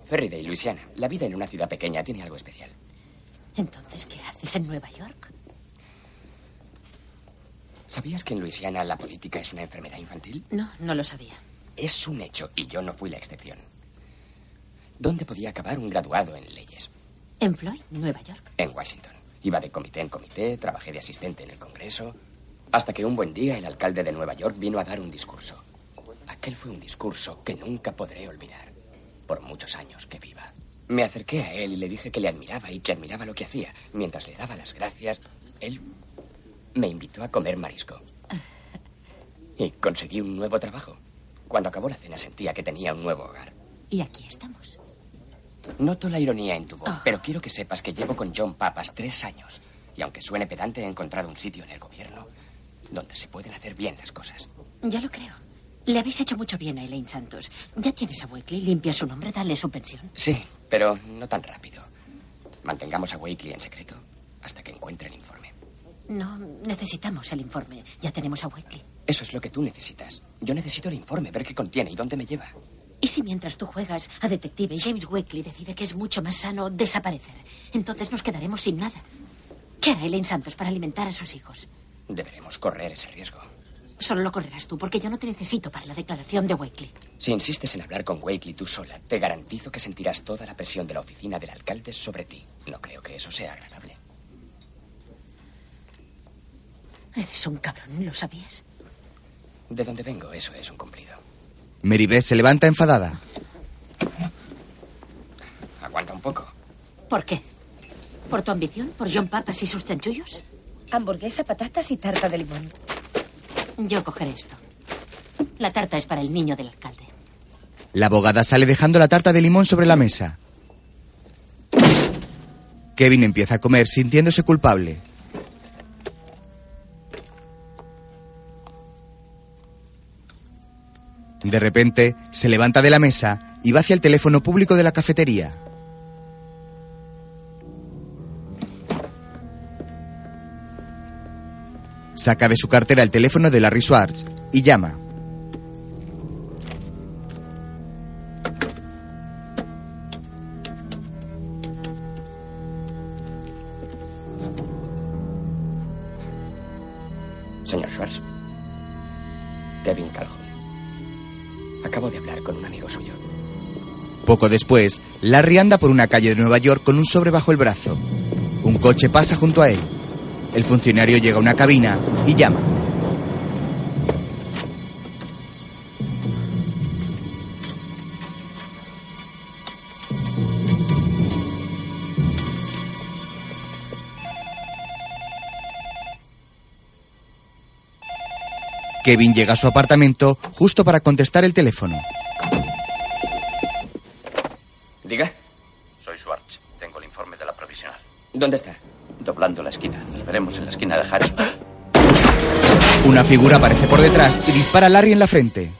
Ferriday, Luisiana. La vida en una ciudad pequeña tiene algo especial.
Entonces, ¿qué haces en Nueva York?
¿Sabías que en Luisiana la política es una enfermedad infantil?
No, no lo sabía.
Es un hecho y yo no fui la excepción. ¿Dónde podía acabar un graduado en leyes?
En Floyd, Nueva York.
En Washington. Iba de comité en comité, trabajé de asistente en el Congreso, hasta que un buen día el alcalde de Nueva York vino a dar un discurso. Aquel fue un discurso que nunca podré olvidar, por muchos años que viva. Me acerqué a él y le dije que le admiraba y que admiraba lo que hacía. Mientras le daba las gracias, él me invitó a comer marisco. Y conseguí un nuevo trabajo. Cuando acabó la cena sentía que tenía un nuevo hogar.
Y aquí estamos.
Ah. Noto la ironía en tu voz, pero quiero que sepas que llevo con John Papas tres años. Y aunque suene pedante, he encontrado un sitio en el gobierno donde se pueden hacer bien las cosas.
Ya lo creo. Le habéis hecho mucho bien a Elaine Santos. Ya tienes a Weekly, limpia su nombre, dale su pensión.
Sí, pero no tan rápido. Mantengamos a Wakely en secreto hasta que encuentre el informe.
No, necesitamos el informe. Ya tenemos a Weekly.
Eso es lo que tú necesitas. Yo necesito el informe, ver qué contiene y dónde me lleva.
¿Y si mientras tú juegas a detective, James Weekly decide que es mucho más sano desaparecer? Entonces nos quedaremos sin nada. ¿Qué hará Elaine Santos para alimentar a sus hijos?
Deberemos correr ese riesgo.
Solo lo correrás tú, porque yo no te necesito para la declaración de Wakely.
Si insistes en hablar con Wakely tú sola, te garantizo que sentirás toda la presión de la oficina del alcalde sobre ti. No creo que eso sea agradable.
Eres un cabrón, ¿lo sabías?
De donde vengo, eso es un cumplido.
Mary Beth se levanta enfadada.
Aguanta un poco.
¿Por qué? ¿Por tu ambición? ¿Por John Papas y sus chanchullos?
Hamburguesa, patatas y tarta de limón.
Yo cogeré esto. La tarta es para el niño del alcalde.
La abogada sale dejando la tarta de limón sobre la mesa. Kevin empieza a comer sintiéndose culpable. De repente, se levanta de la mesa y va hacia el teléfono público de la cafetería. Saca de su cartera el teléfono de Larry Schwartz y llama.
Señor Schwartz. Kevin Calhoun. Acabo de hablar con un amigo suyo.
Poco después, Larry anda por una calle de Nueva York con un sobre bajo el brazo. Un coche pasa junto a él. El funcionario llega a una cabina y llama. Kevin llega a su apartamento justo para contestar el teléfono.
Diga,
Soy Schwartz. Tengo el informe de la provisional.
¿dónde está?
Doblando la esquina. Nos veremos en la esquina de Harris.
Una figura aparece por detrás y dispara a Larry en la frente.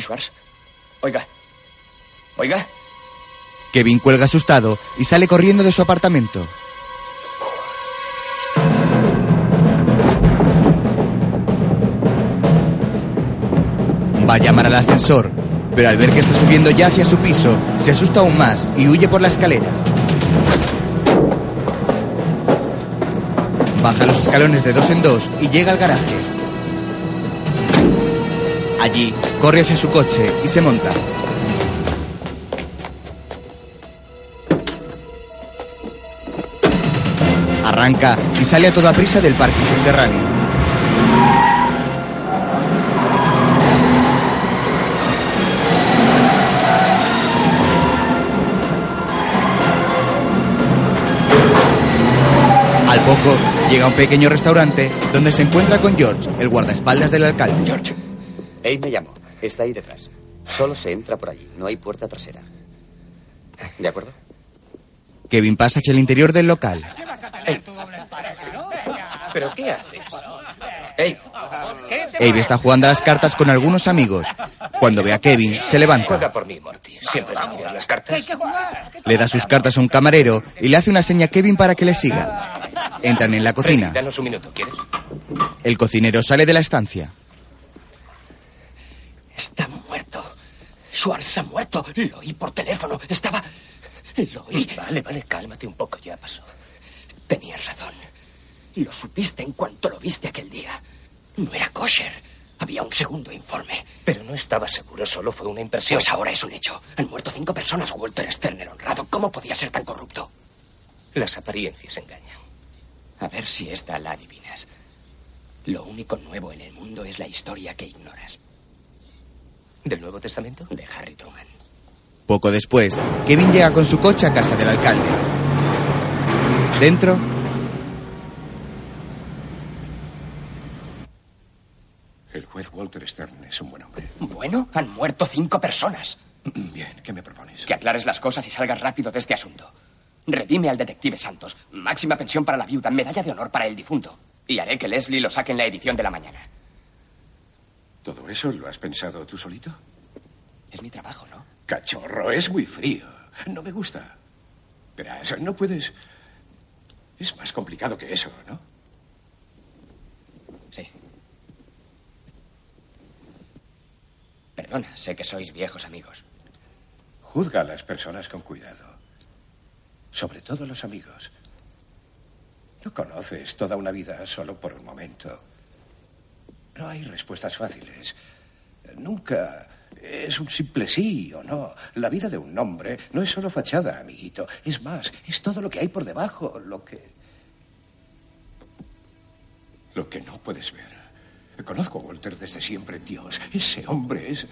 Schwartz. Oiga. Oiga.
Kevin cuelga asustado y sale corriendo de su apartamento. Va a llamar al ascensor, pero al ver que está subiendo ya hacia su piso, se asusta aún más y huye por la escalera. Baja los escalones de dos en dos y llega al garaje. Allí, corre hacia su coche y se monta. Arranca y sale a toda prisa del parque subterráneo. Al poco, llega a un pequeño restaurante donde se encuentra con George, el guardaespaldas del alcalde. George.
Ey, me llamo. Está ahí detrás. Solo se entra por allí. No hay puerta trasera. ¿De acuerdo?
Kevin pasa hacia el interior del local.
¿Pero qué haces?
¡Ey!
Abe está jugando a las cartas con algunos amigos. Cuando ve a Kevin, se levanta.
Juega por mí, Morty. Siempre me tiras las cartas.
Le da sus cartas a un camarero y le hace una seña a Kevin para que le siga. Entran en la
Freddy,
cocina.
Danos un minuto, ¿quieres?
El cocinero sale de la estancia.
Está muerto. Schwartz ha muerto. Lo oí por teléfono. Estaba. Lo oí. Vale, vale, cálmate un poco, ya pasó. Tenías razón. Lo supiste en cuanto lo viste aquel día. No era kosher. Había un segundo informe.
Pero no estaba seguro, solo fue una impresión.
Pues ahora es un hecho. Han muerto cinco personas. Walter Stern, el honrado. ¿Cómo podía ser tan corrupto?
Las apariencias engañan.
A ver si esta la adivinas. Lo único nuevo en el mundo es la historia que ignoras.
¿Del Nuevo Testamento?
De Harry Truman.
Poco después, Kevin llega con su coche a casa del alcalde. Dentro,
El juez Walter Stern es un buen
(clears throat)
hombre.
Bueno, han muerto cinco personas.
Bien, ¿qué me propones?
Que aclares las cosas y salgas rápido de este asunto. Redime al detective Santos. Máxima pensión para la viuda, medalla de honor para el difunto. Y haré que Leslie lo saque en la edición de la mañana.
¿Todo eso lo has pensado tú solito?
Es mi trabajo, ¿no?
Cachorro, es muy frío. No me gusta. Verás, no puedes. Es más complicado que eso, ¿no?
Sí. Perdona, sé que sois viejos amigos.
Juzga a las personas con cuidado. Sobre todo los amigos. No conoces toda una vida solo por un momento. No hay respuestas fáciles. Nunca es un simple sí o no. La vida de un hombre no es solo fachada, amiguito. Es más, es todo lo que hay por debajo, lo que. Lo que no puedes ver. Conozco a Walter desde siempre, Dios. Ese hombre es.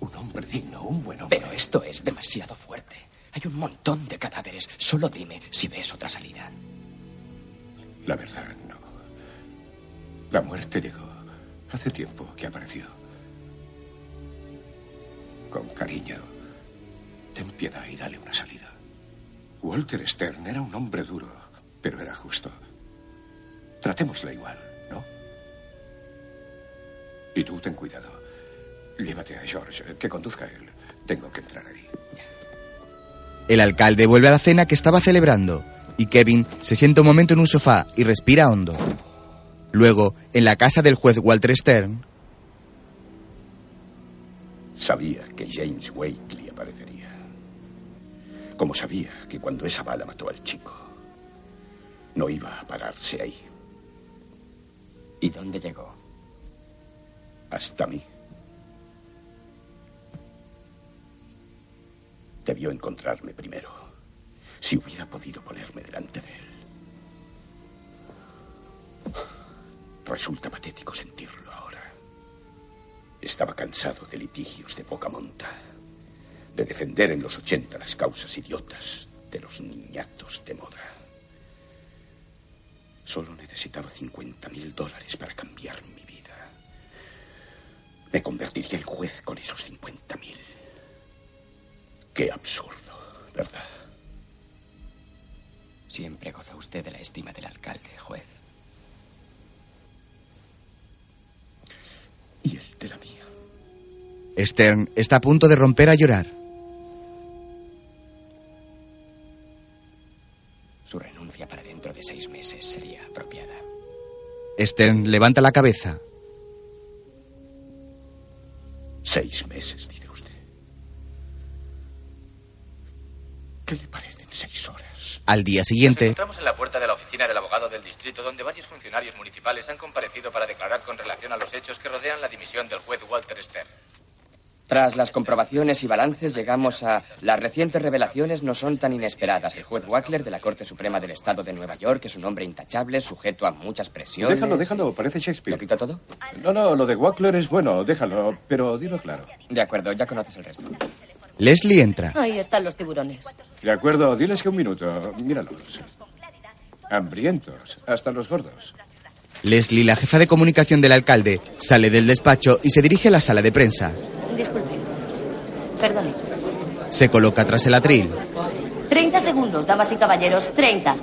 Un hombre digno, un buen hombre.
Pero esto es demasiado fuerte. Hay un montón de cadáveres. Solo dime si ves otra salida.
La verdad, no. La muerte llegó. Hace tiempo que apareció. Con cariño, ten piedad y dale una salida. Walter Stern era un hombre duro, pero era justo. Tratémosla igual, ¿no? Y tú ten cuidado. Llévate a George, que conduzca él. Tengo que entrar ahí.
El alcalde vuelve a la cena que estaba celebrando y Kevin se sienta un momento en un sofá y respira hondo. Luego, en la casa del juez Walter Stern,
Sabía que James Wakely aparecería. Como sabía que cuando esa bala mató al chico, no iba a pararse ahí.
¿Y dónde llegó?
Hasta mí. Debió encontrarme primero. Si hubiera podido ponerme delante de él. Resulta patético sentirlo ahora. Estaba cansado de litigios de poca monta. De defender en los 80 las causas idiotas de los niñatos de moda. Solo necesitaba 50 mil dólares para cambiar mi vida. Me convertiría en juez con esos 50 mil. Qué absurdo, ¿verdad?
Siempre goza usted de la estima del alcalde, juez.
Y él de la mía.
Stern está a punto de romper a llorar.
Su renuncia para dentro de seis meses sería apropiada.
Stern levanta la cabeza.
Seis meses, dice usted. ¿Qué le parecen seis horas?
Al día
Nos
siguiente,
encontramos en la puerta de la oficina del abogado del distrito, donde varios funcionarios municipales han comparecido para declarar con relación a los hechos que rodean la dimisión del juez Walter Stern.
Tras las comprobaciones y balances llegamos a las recientes revelaciones no son tan inesperadas. El juez Wackler de la Corte Suprema del Estado de Nueva York es un hombre intachable, sujeto a muchas presiones.
Déjalo, déjalo, parece Shakespeare.
¿Lo quito todo?
No, no, lo de Wackler es bueno, déjalo, pero dilo claro.
De acuerdo, ya conoces el resto.
Leslie entra.
Ahí están los tiburones.
De acuerdo, diles que un minuto, míralos. Hambrientos, hasta los gordos.
Leslie, la jefa de comunicación del alcalde, sale del despacho y se dirige a la sala de prensa.
Disculpe. Perdone.
Se coloca tras el atril.
30 segundos, damas y caballeros. 30.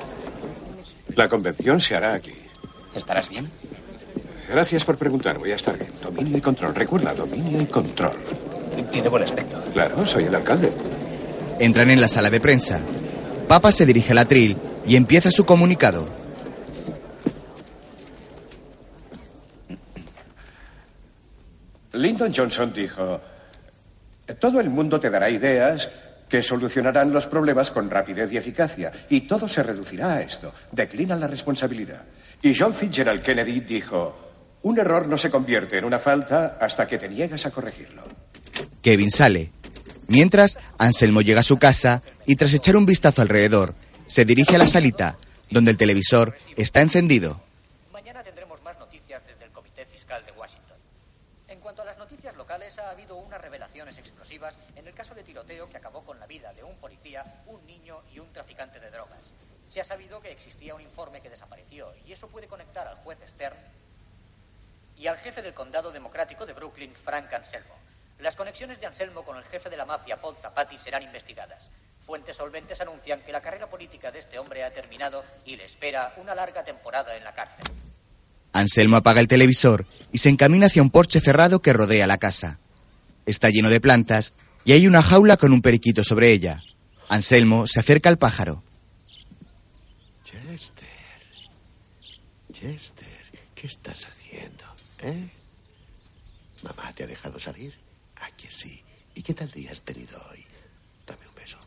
La convención se hará aquí.
¿Estarás bien?
Gracias por preguntar, voy a estar bien. Dominio y control, recuerda, dominio y control.
Tiene buen aspecto.
Claro, soy el alcalde.
Entran en la sala de prensa. Papa se dirige al atril y empieza su comunicado.
Lyndon Johnson dijo, todo el mundo te dará ideas que solucionarán los problemas con rapidez y eficacia, y todo se reducirá a esto. Declina la responsabilidad. Y John Fitzgerald Kennedy dijo, un error no se convierte en una falta hasta que te niegas a corregirlo.
Kevin sale. Mientras, Anselmo llega a su casa y tras echar un vistazo alrededor, se dirige a la salita, donde el televisor está encendido.
Mañana tendremos más noticias desde el Comité Fiscal de Washington. En cuanto a las noticias locales, ha habido unas revelaciones explosivas en el caso de tiroteo que acabó con la vida de un policía, un niño y un traficante de drogas. Se ha sabido que existía un informe que desapareció y eso puede conectar al juez Stern y al jefe del condado democrático de Brooklyn, Frank Anselmo. Las conexiones de Anselmo con el jefe de la mafia, Paul Zapati, serán investigadas. Fuentes solventes anuncian que la carrera política de este hombre ha terminado y le espera una larga temporada en la cárcel.
Anselmo apaga el televisor y se encamina hacia un porche cerrado que rodea la casa. Está lleno de plantas y hay una jaula con un periquito sobre ella. Anselmo se acerca al pájaro.
Chester. Chester, ¿qué estás haciendo? ¿Eh? Mamá, ¿te ha dejado salir? ¿A que sí? ¿Y qué tal día has tenido hoy? Dame un beso.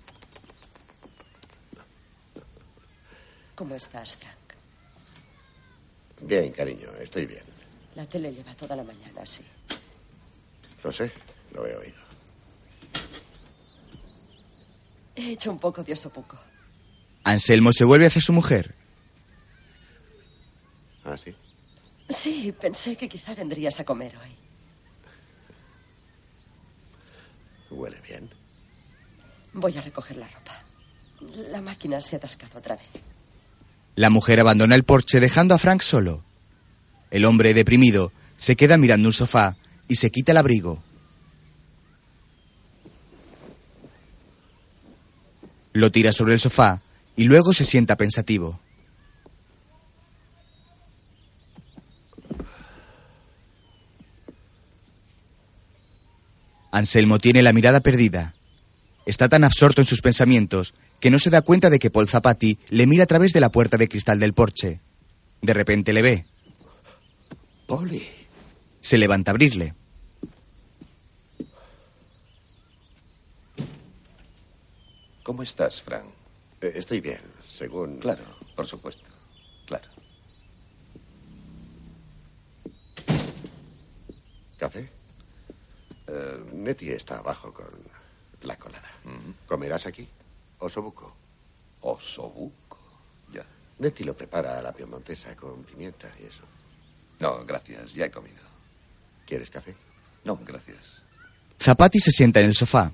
¿Cómo estás, Frank?
Bien, cariño, estoy bien.
La tele lleva toda la mañana así.
Lo sé, lo he oído.
He hecho un poco de osopuco.
Anselmo se vuelve hacia su mujer.
¿Ah, sí?
Sí, pensé que quizá vendrías a comer hoy.
Huele bien.
Voy a recoger la ropa. La máquina se ha atascado otra vez.
La mujer abandona el porche dejando a Frank solo. El hombre, deprimido, se queda mirando un sofá y se quita el abrigo. Lo tira sobre el sofá y luego se sienta pensativo. Anselmo tiene la mirada perdida. Está tan absorto en sus pensamientos que no se da cuenta de que Paul Zapati le mira a través de la puerta de cristal del porche. De repente le ve.
Polly.
Se levanta a abrirle.
¿Cómo estás, Frank? Eh, estoy bien, según. Claro, por supuesto. Claro. ¿Café? Eh, Nettie está abajo con la colada. ¿Comerás aquí? Osobuco.
Osobuco. Ya.
Nettie lo prepara a la piemontesa con pimienta y eso.
No, gracias, ya he comido.
¿Quieres café?
No, gracias.
Zapati se sienta en el sofá.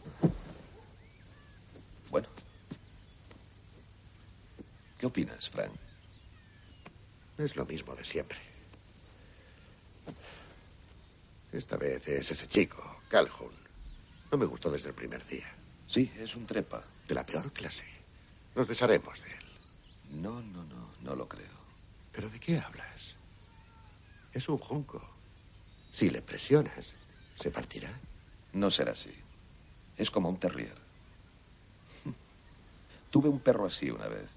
¿Qué opinas, Frank?
Es lo mismo de siempre. Esta vez es ese chico, Calhoun. No me gustó desde el primer día.
Sí, es un trepa.
De la peor clase. Nos desharemos de él.
No, no, no, no lo creo.
¿Pero de qué hablas? Es un junco. Si le presionas, se partirá.
No será así. Es como un terrier. (laughs) Tuve un perro así una vez.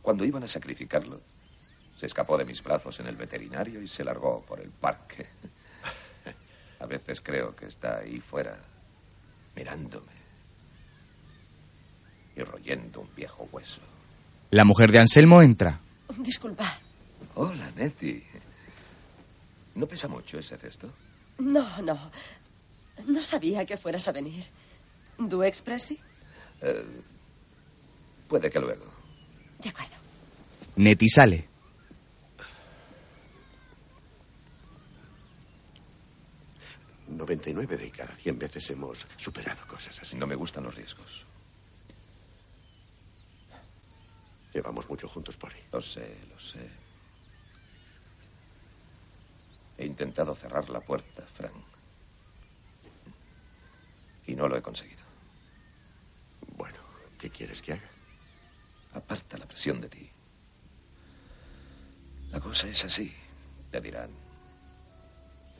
Cuando iban a sacrificarlo, se escapó de mis brazos en el veterinario y se largó por
(laughs)
el parque. A veces creo que está ahí fuera, mirándome y royendo un viejo hueso.
La mujer de Anselmo entra.
Disculpa.
Hola, Nettie. ¿No pesa mucho ese cesto?
No, no. No sabía que fueras a venir. ¿Du Expressi?
Eh, puede que luego.
De acuerdo.
Nettie sale.
¿99 de cada 100 veces hemos superado cosas así?
No me gustan los riesgos.
Llevamos mucho juntos, Polly.
Lo sé, lo sé. He intentado cerrar la puerta, Frank. Y no lo he conseguido.
Bueno, ¿qué quieres que haga?
Aparta la presión de ti. La cosa es así, te dirán.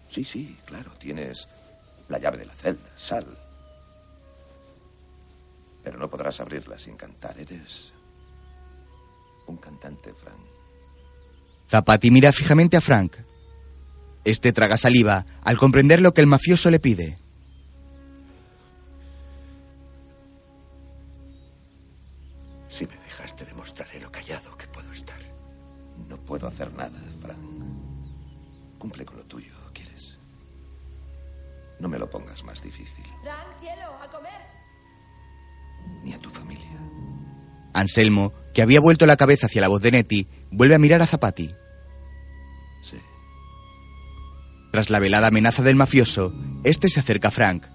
Sí, sí, claro, tienes la llave de la celda, sal. Pero no podrás abrirla sin cantar. Eres un cantante, Frank.
Zapati mira fijamente a Frank. Este traga saliva al comprender lo que el mafioso le pide.
Si me dejas, te demostraré lo callado que puedo estar.
No puedo hacer nada, Frank. Cumple con lo tuyo, ¿quieres? No me lo pongas más difícil,
Frank, cielo, a comer.
ni a tu familia.
Anselmo, que había vuelto la cabeza hacia la voz de Nettie, vuelve a mirar a Zapati.
Sí.
Tras la velada amenaza del mafioso, este se acerca a Frank.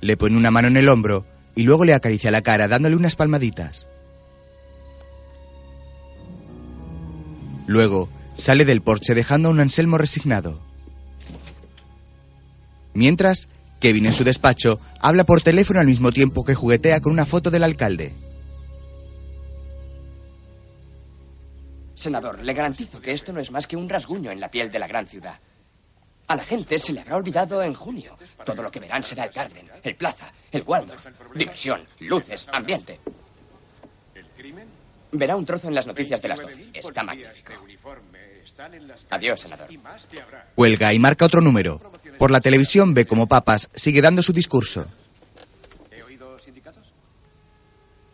Le pone una mano en el hombro y luego le acaricia la cara dándole unas palmaditas. Luego, sale del porche dejando a un Anselmo resignado. Mientras, Kevin en su despacho habla por teléfono al mismo tiempo que juguetea con una foto del alcalde.
Senador, le garantizo que esto no es más que un rasguño en la piel de la gran ciudad. A la gente se le habrá olvidado en junio. Todo lo que verán será el Garden, el Plaza, el Waldorf, diversión, luces, ambiente.
¿El crimen?
Verá un trozo en las noticias de las 12. Está magnífico. Adiós, senador.
Huelga y marca otro número. Por la televisión ve como Papas sigue dando su discurso.
¿He oído sindicatos?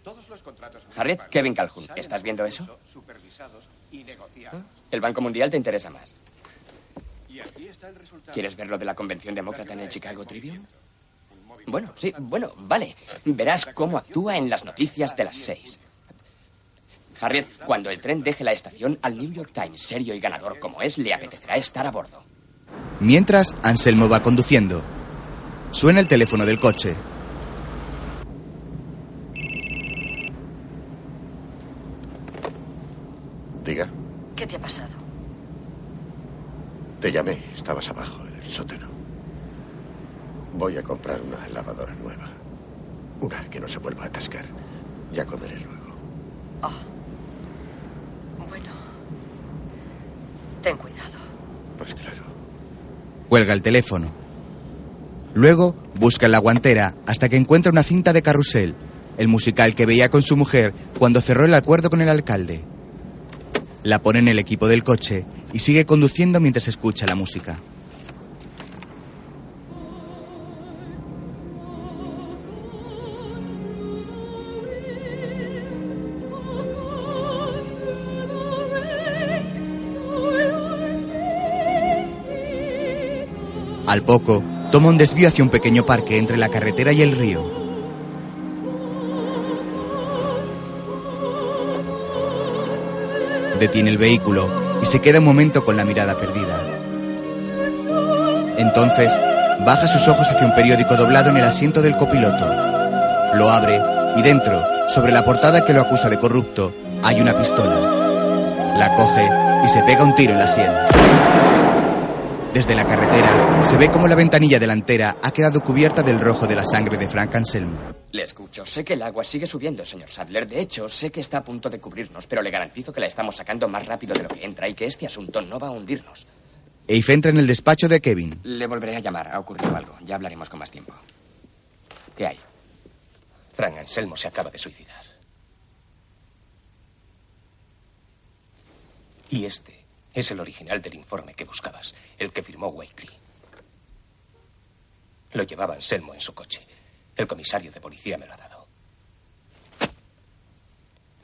Todos los contratos
Jared Kevin Calhoun, ¿estás viendo eso?
supervisados y negociados.
El Banco Mundial te interesa más.
Y aquí está el resultado.
¿Quieres ver lo de la Convención Demócrata en el Chicago Tribune? Bueno, sí, bueno, vale. Verás cómo actúa en las noticias de las seis. Harriet, cuando el tren deje la estación, al New York Times, serio y ganador como es, le apetecerá estar a bordo.
Mientras, Anselmo va conduciendo. Suena el teléfono del coche.
Diga,
¿Qué te ha pasado?
te llamé, estabas abajo en el sótano. Voy a comprar una lavadora nueva. Una que no se vuelva a atascar. Ya comeré luego.
Ah. Bueno, ten cuidado.
Pues claro.
Cuelga el teléfono. Luego busca en la guantera hasta que encuentra una cinta de carrusel, el musical que veía con su mujer cuando cerró el acuerdo con el alcalde. La pone en el equipo del coche y sigue conduciendo mientras escucha la música. Al poco, toma un desvío hacia un pequeño parque entre la carretera y el río. Detiene el vehículo y se queda un momento con la mirada perdida. Entonces, baja sus ojos hacia un periódico doblado en el asiento del copiloto. Lo abre y dentro, sobre la portada que lo acusa de corrupto, hay una pistola. La coge y se pega un tiro en la sien. Desde la carretera se ve como la ventanilla delantera ha quedado cubierta del rojo de la sangre de Frank Anselmo.
Le escucho. Sé que el agua sigue subiendo, señor Sadler. De hecho, sé que está a punto de cubrirnos, pero le garantizo que la estamos sacando más rápido de lo que entra y que este asunto no va a hundirnos.
Eif entra en el despacho de Kevin.
Le volveré a llamar. Ha ocurrido algo. Ya hablaremos con más tiempo. ¿Qué hay?
Frank Anselmo se acaba de suicidar. Y este es el original del informe que buscabas, el que firmó Wakely. Lo llevaba Anselmo en su coche. El comisario de policía me lo ha dado.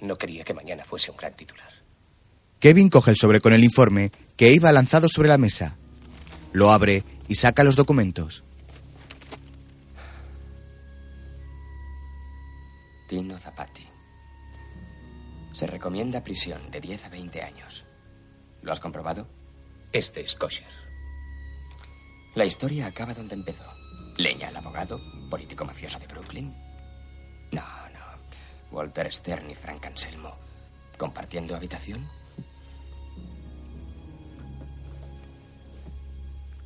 No quería que mañana fuese un gran titular.
Kevin coge el sobre con el informe que Eve ha lanzado sobre la mesa. Lo abre y saca los documentos.
Tino Zapati. Se recomienda prisión de 10 a 20 años. ¿Lo has comprobado?
Este es kosher.
La historia acaba donde empezó. Leña, el abogado, político mafioso de Brooklyn. No, no. Walter Stern y Frank Anselmo. ¿Compartiendo habitación?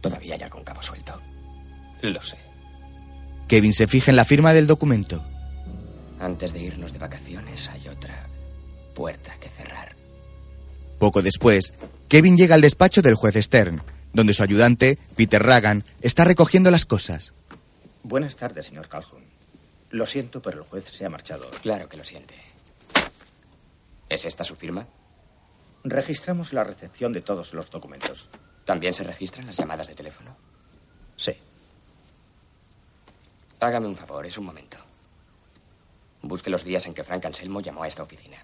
Todavía hay algún cabo suelto.
Lo sé.
Kevin se fija en la firma del documento.
Antes de irnos de vacaciones hay otra puerta que cerrar.
Poco después, Kevin llega al despacho del juez Stern, donde su ayudante, Peter Ragan, está recogiendo las cosas.
Buenas tardes, señor Calhoun. Lo siento, pero el juez se ha marchado.
Claro que lo siente. ¿Es esta su firma?
Registramos la recepción de todos los documentos.
¿También se registran las llamadas de teléfono?
Sí.
Hágame un favor, es un momento. Busque los días en que Frank Anselmo llamó a esta oficina.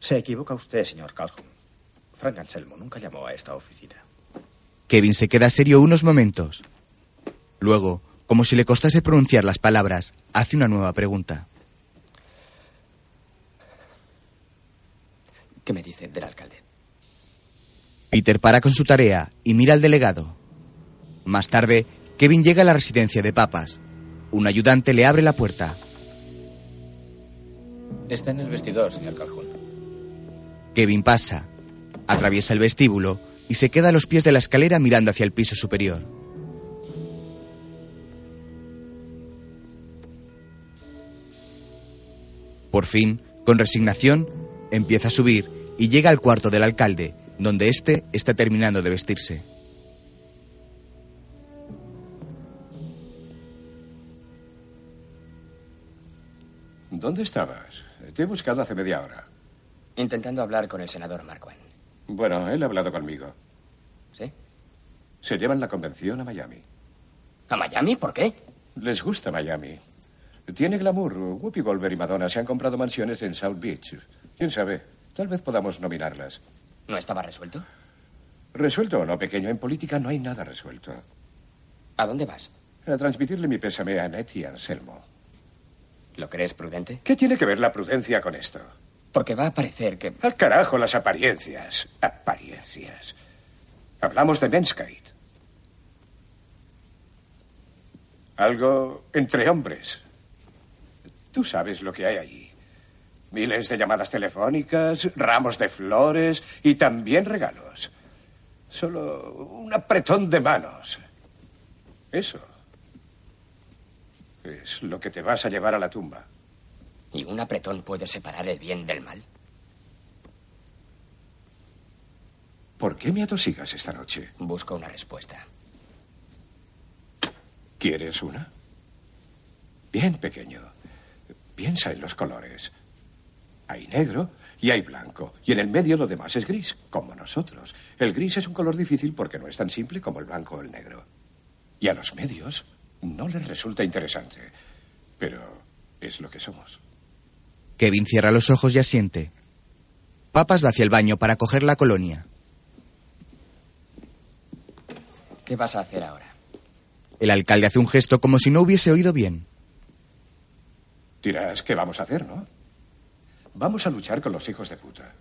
Se equivoca usted, señor Calhoun. Frank Anselmo nunca llamó a esta oficina.
Kevin se queda serio unos momentos. Luego, como si le costase pronunciar las palabras, hace una nueva pregunta.
¿Qué me dice del alcalde?
Peter para con su tarea y mira al delegado. Más tarde, Kevin llega a la residencia de papas. Un ayudante le abre la puerta.
Está en el vestidor, señor Calhoun.
Kevin pasa, atraviesa el vestíbulo y se queda a los pies de la escalera mirando hacia el piso superior. Por fin, con resignación, empieza a subir y llega al cuarto del alcalde, donde éste está terminando de vestirse.
¿Dónde estabas? Te he buscado hace media hora.
Intentando hablar con el senador Marquand.
Bueno, él ha hablado conmigo.
¿Sí?
Se llevan la convención a Miami.
¿A Miami? ¿Por qué?
Les gusta Miami. Tiene glamour. Whoopi Goldberg y Madonna se han comprado mansiones en South Beach. ¿Quién sabe? Tal vez podamos nominarlas.
¿No estaba resuelto?
Resuelto o no, pequeño, en política no hay nada resuelto.
¿A dónde vas?
A transmitirle mi pésame a Ned y a Anselmo.
¿Lo crees prudente?
¿Qué tiene que ver la prudencia con esto?
Porque va a parecer que...
Al carajo las apariencias. Apariencias. Hablamos de Menskite. Algo entre hombres. Tú sabes lo que hay allí. Miles de llamadas telefónicas, ramos de flores y también regalos. Solo un apretón de manos. Eso es lo que te vas a llevar a la tumba.
¿Y un apretón puede separar el bien del mal?
¿Por qué me atosigas esta noche?
Busco una respuesta.
¿Quieres una? Bien, pequeño. Piensa en los colores. Hay negro y hay blanco. Y en el medio lo demás es gris, como nosotros. El gris es un color difícil porque no es tan simple como el blanco o el negro. Y a los medios no les resulta interesante. Pero es lo que somos.
Kevin cierra los ojos y asiente. Papas va hacia el baño para coger la colonia.
¿Qué vas a hacer ahora?
El alcalde hace un gesto como si no hubiese oído bien.
Dirás, ¿qué vamos a hacer, no? Vamos a luchar con los hijos de puta.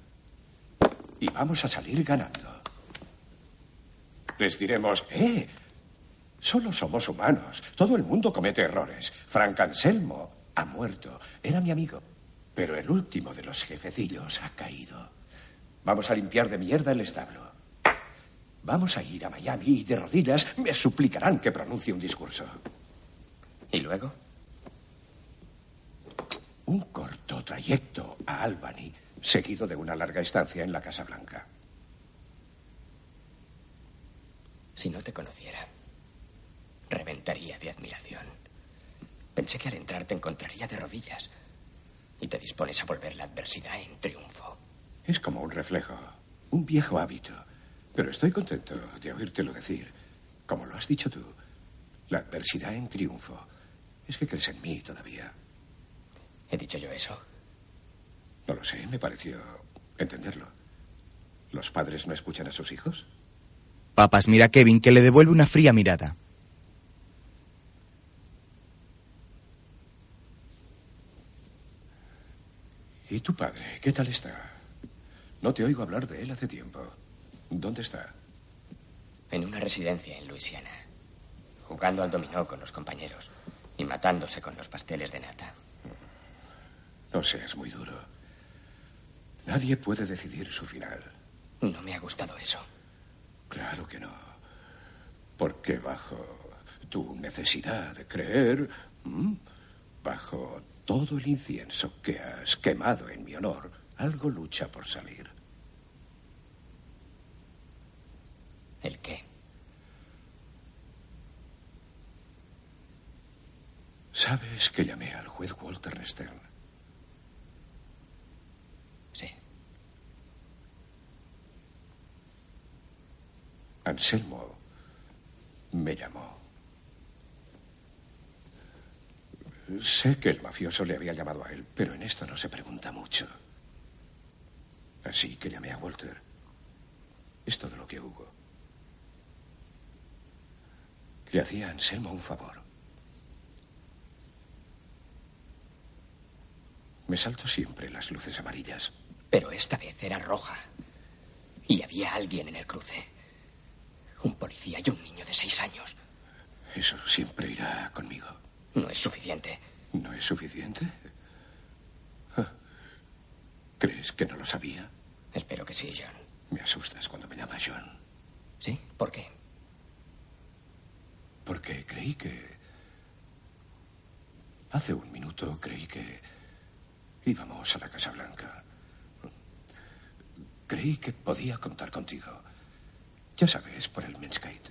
Y vamos a salir ganando. Les diremos, ¡eh! Solo somos humanos. Todo el mundo comete errores. Frank Anselmo ha muerto. Era mi amigo. Pero el último de los jefecillos ha caído. Vamos a limpiar de mierda el establo. Vamos a ir a Miami y de rodillas me suplicarán que pronuncie un discurso.
¿Y luego?
Un corto trayecto a Albany, seguido de una larga estancia en la Casa Blanca.
Si no te conociera, reventaría de admiración. Pensé que al entrar te encontraría de rodillas y te dispones a volver la adversidad en triunfo.
Es como un reflejo, un viejo hábito. Pero estoy contento de oírtelo decir, como lo has dicho tú. La adversidad en triunfo. Es que crees en mí todavía.
¿He dicho yo eso?
No lo sé, me pareció entenderlo. ¿Los padres no escuchan a sus hijos?
Papas mira a Kevin que le devuelve una fría mirada.
¿Y tu padre? ¿Qué tal está? No te oigo hablar de él hace tiempo. ¿Dónde está?
En una residencia en Luisiana, jugando al dominó con los compañeros y matándose con los pasteles de nata.
No seas muy duro. Nadie puede decidir su final.
No me ha gustado eso.
Claro que no. Porque bajo tu necesidad de creer, ¿m? bajo todo el incienso que has quemado en mi honor, algo lucha por salir.
¿El qué?
¿Sabes que llamé al juez Walter Stern?
Sí.
Anselmo me llamó. Sé que el mafioso le había llamado a él, pero en esto no se pregunta mucho. Así que llamé a Walter. Es todo lo que hubo. Le hacía a Anselmo un favor. Me salto siempre las luces amarillas.
Pero esta vez era roja. Y había alguien en el cruce. Un policía y un niño de seis años.
Eso siempre irá conmigo.
No es suficiente.
¿No es suficiente? Ah, ¿Crees que no lo sabía?
Espero que sí, John.
Me asustas cuando me llamas John.
¿Sí? ¿Por qué?
Porque creí que... Hace un minuto creí que íbamos a la Casa Blanca. Creí que podía contar contigo. Ya sabes, por el Minskate.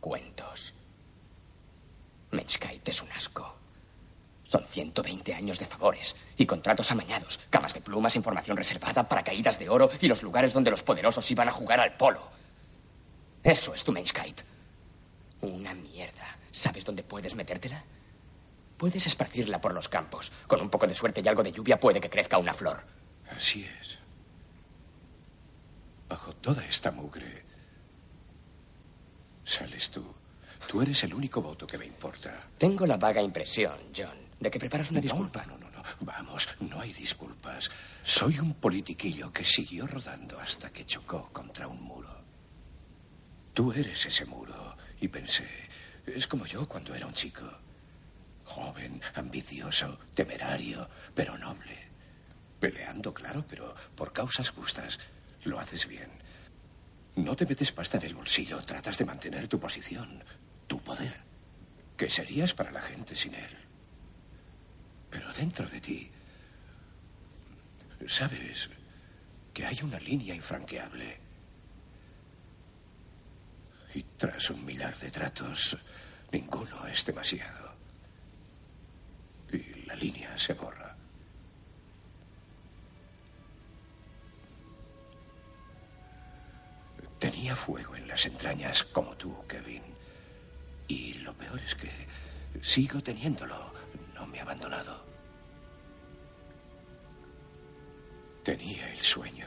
Cuentos. Menskite es un asco. Son 120 años de favores y contratos amañados, camas de plumas, información reservada, paracaídas de oro y los lugares donde los poderosos iban a jugar al polo. Eso es tu Menskite. Una mierda. ¿Sabes dónde puedes metértela? Puedes esparcirla por los campos. Con un poco de suerte y algo de lluvia puede que crezca una flor.
Así es. Bajo toda esta mugre sales tú. Tú eres el único voto que me importa.
Tengo la vaga impresión, John, de que preparas una
No,
disculpa.
No, no, no. Vamos, no hay disculpas. Soy un politiquillo que siguió rodando hasta que chocó contra un muro. Tú eres ese muro. Y pensé, es como yo cuando era un chico. Joven, ambicioso, temerario, pero noble. Peleando, claro, pero por causas justas. Lo haces bien. No te metes pasta en el bolsillo, tratas de mantener tu posición, tu poder. ¿Qué serías para la gente sin él? Pero dentro de ti, sabes que hay una línea infranqueable. Y tras un millar de tratos, ninguno es demasiado. Y la línea se borra. Tenía fuego en las entrañas como tú, Kevin. Y lo peor es que sigo teniéndolo. No me ha abandonado. Tenía el sueño.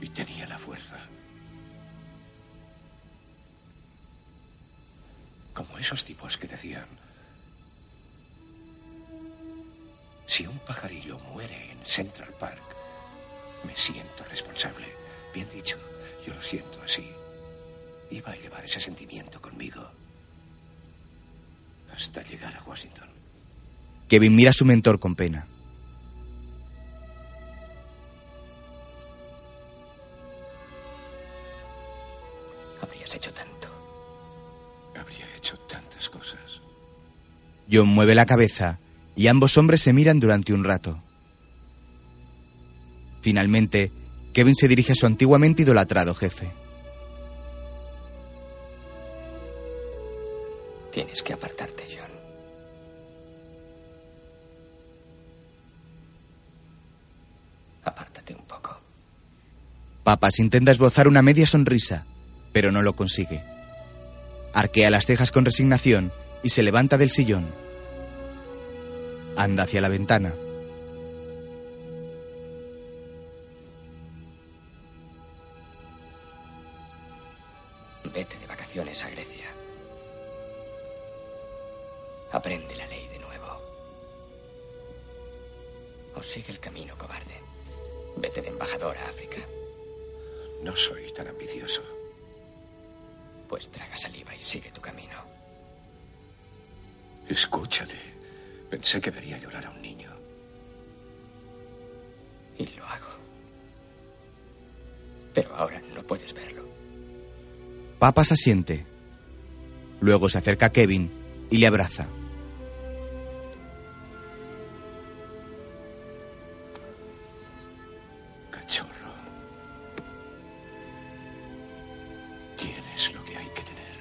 Y tenía la fuerza. Como esos tipos que decían, si un pajarillo muere en Central Park, me siento responsable. Bien dicho, yo lo siento así. Iba a llevar ese sentimiento conmigo hasta llegar a Washington.
Kevin mira a su mentor con pena.
Habrías hecho tanto.
Habría hecho tantas cosas.
John mueve la cabeza y ambos hombres se miran durante un rato. Finalmente, Kevin se dirige a su antiguamente idolatrado jefe.
Tienes que apartarte, John. Apártate un poco.
Papas intenta esbozar una media sonrisa, pero no lo consigue. Arquea las cejas con resignación y se levanta del sillón. Anda hacia la ventana.
Vete de vacaciones a Grecia. Aprende la ley de nuevo. O sigue el camino, cobarde. Vete de embajador a África.
No soy tan ambicioso.
Pues traga saliva y sigue tu camino.
Escúchate. Pensé que vería llorar a un niño.
Y lo hago. Pero ahora no puedes verlo.
Papas asiente. Luego se acerca a Kevin y le abraza.
Cachorro. Tienes lo que hay que tener.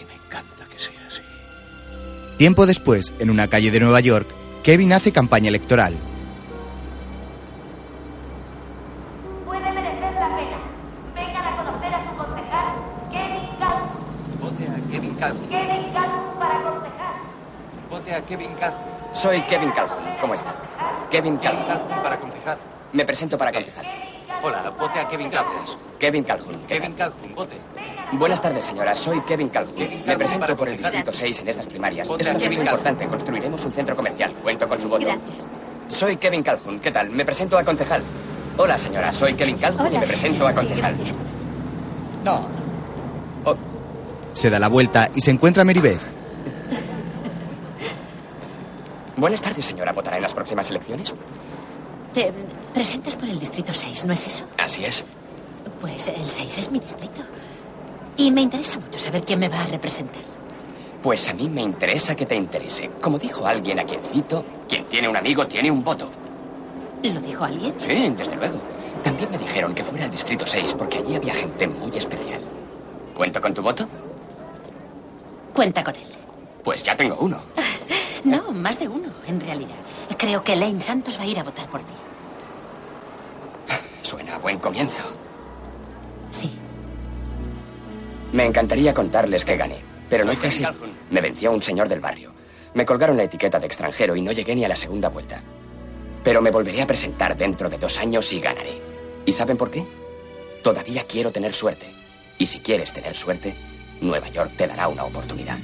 Y me encanta que sea así.
Tiempo después, en una calle de Nueva York, Kevin hace campaña electoral.
Puede merecer la pena. Vengan a conocer a su concejal, Kevin Gatz.
Vote a Kevin Calhoun.
Kevin Gatz para concejal.
Vote a Kevin Calhoun.
Soy Kevin Calhoun. ¿Cómo está? Kevin Calhoun.
Para Eh, concejal.
Me presento para concejal.
Hola, vote a Kevin Calhoun.
Kevin Calhoun.
Kevin Calhoun, vote.
Buenas tardes, señora. Soy Kevin Calhoun. Me presento por el Distrito 6 en estas primarias. Es un asunto importante. Construiremos un centro comercial. Cuento con su voto.
Gracias.
Soy Kevin Calhoun. ¿Qué tal? Me presento a concejal. Hola, señora. Soy Kevin Calhoun y me presento a concejal. No.
Se da la vuelta y se encuentra a Mary Beth.
Buenas tardes, señora. ¿Votará en las próximas elecciones?
Te presentas por el distrito 6, ¿no es eso?
Así es.
Pues el 6 es mi distrito. Y me interesa mucho saber quién me va a representar.
Pues a mí me interesa que te interese. Como dijo alguien a quien cito, quien tiene un amigo tiene un voto.
¿Lo dijo alguien?
Sí, desde luego. También me dijeron que fuera al Distrito 6 porque allí había gente muy especial. ¿Cuento con tu voto?
Cuenta con él.
Pues ya tengo uno.
No, más de uno, en realidad. Creo que Lane Santos va a ir a votar por ti.
Suena a buen comienzo.
Sí.
Me encantaría contarles que gané, pero no
Soy
fue así.
Freddy Calhoun.
Me venció un señor del barrio. Me colgaron la etiqueta de extranjero y no llegué ni a la segunda vuelta. Pero me volveré a presentar dentro de dos años y ganaré. ¿Y saben por qué? Todavía quiero tener suerte. Y si quieres tener suerte, Nueva York te dará una oportunidad.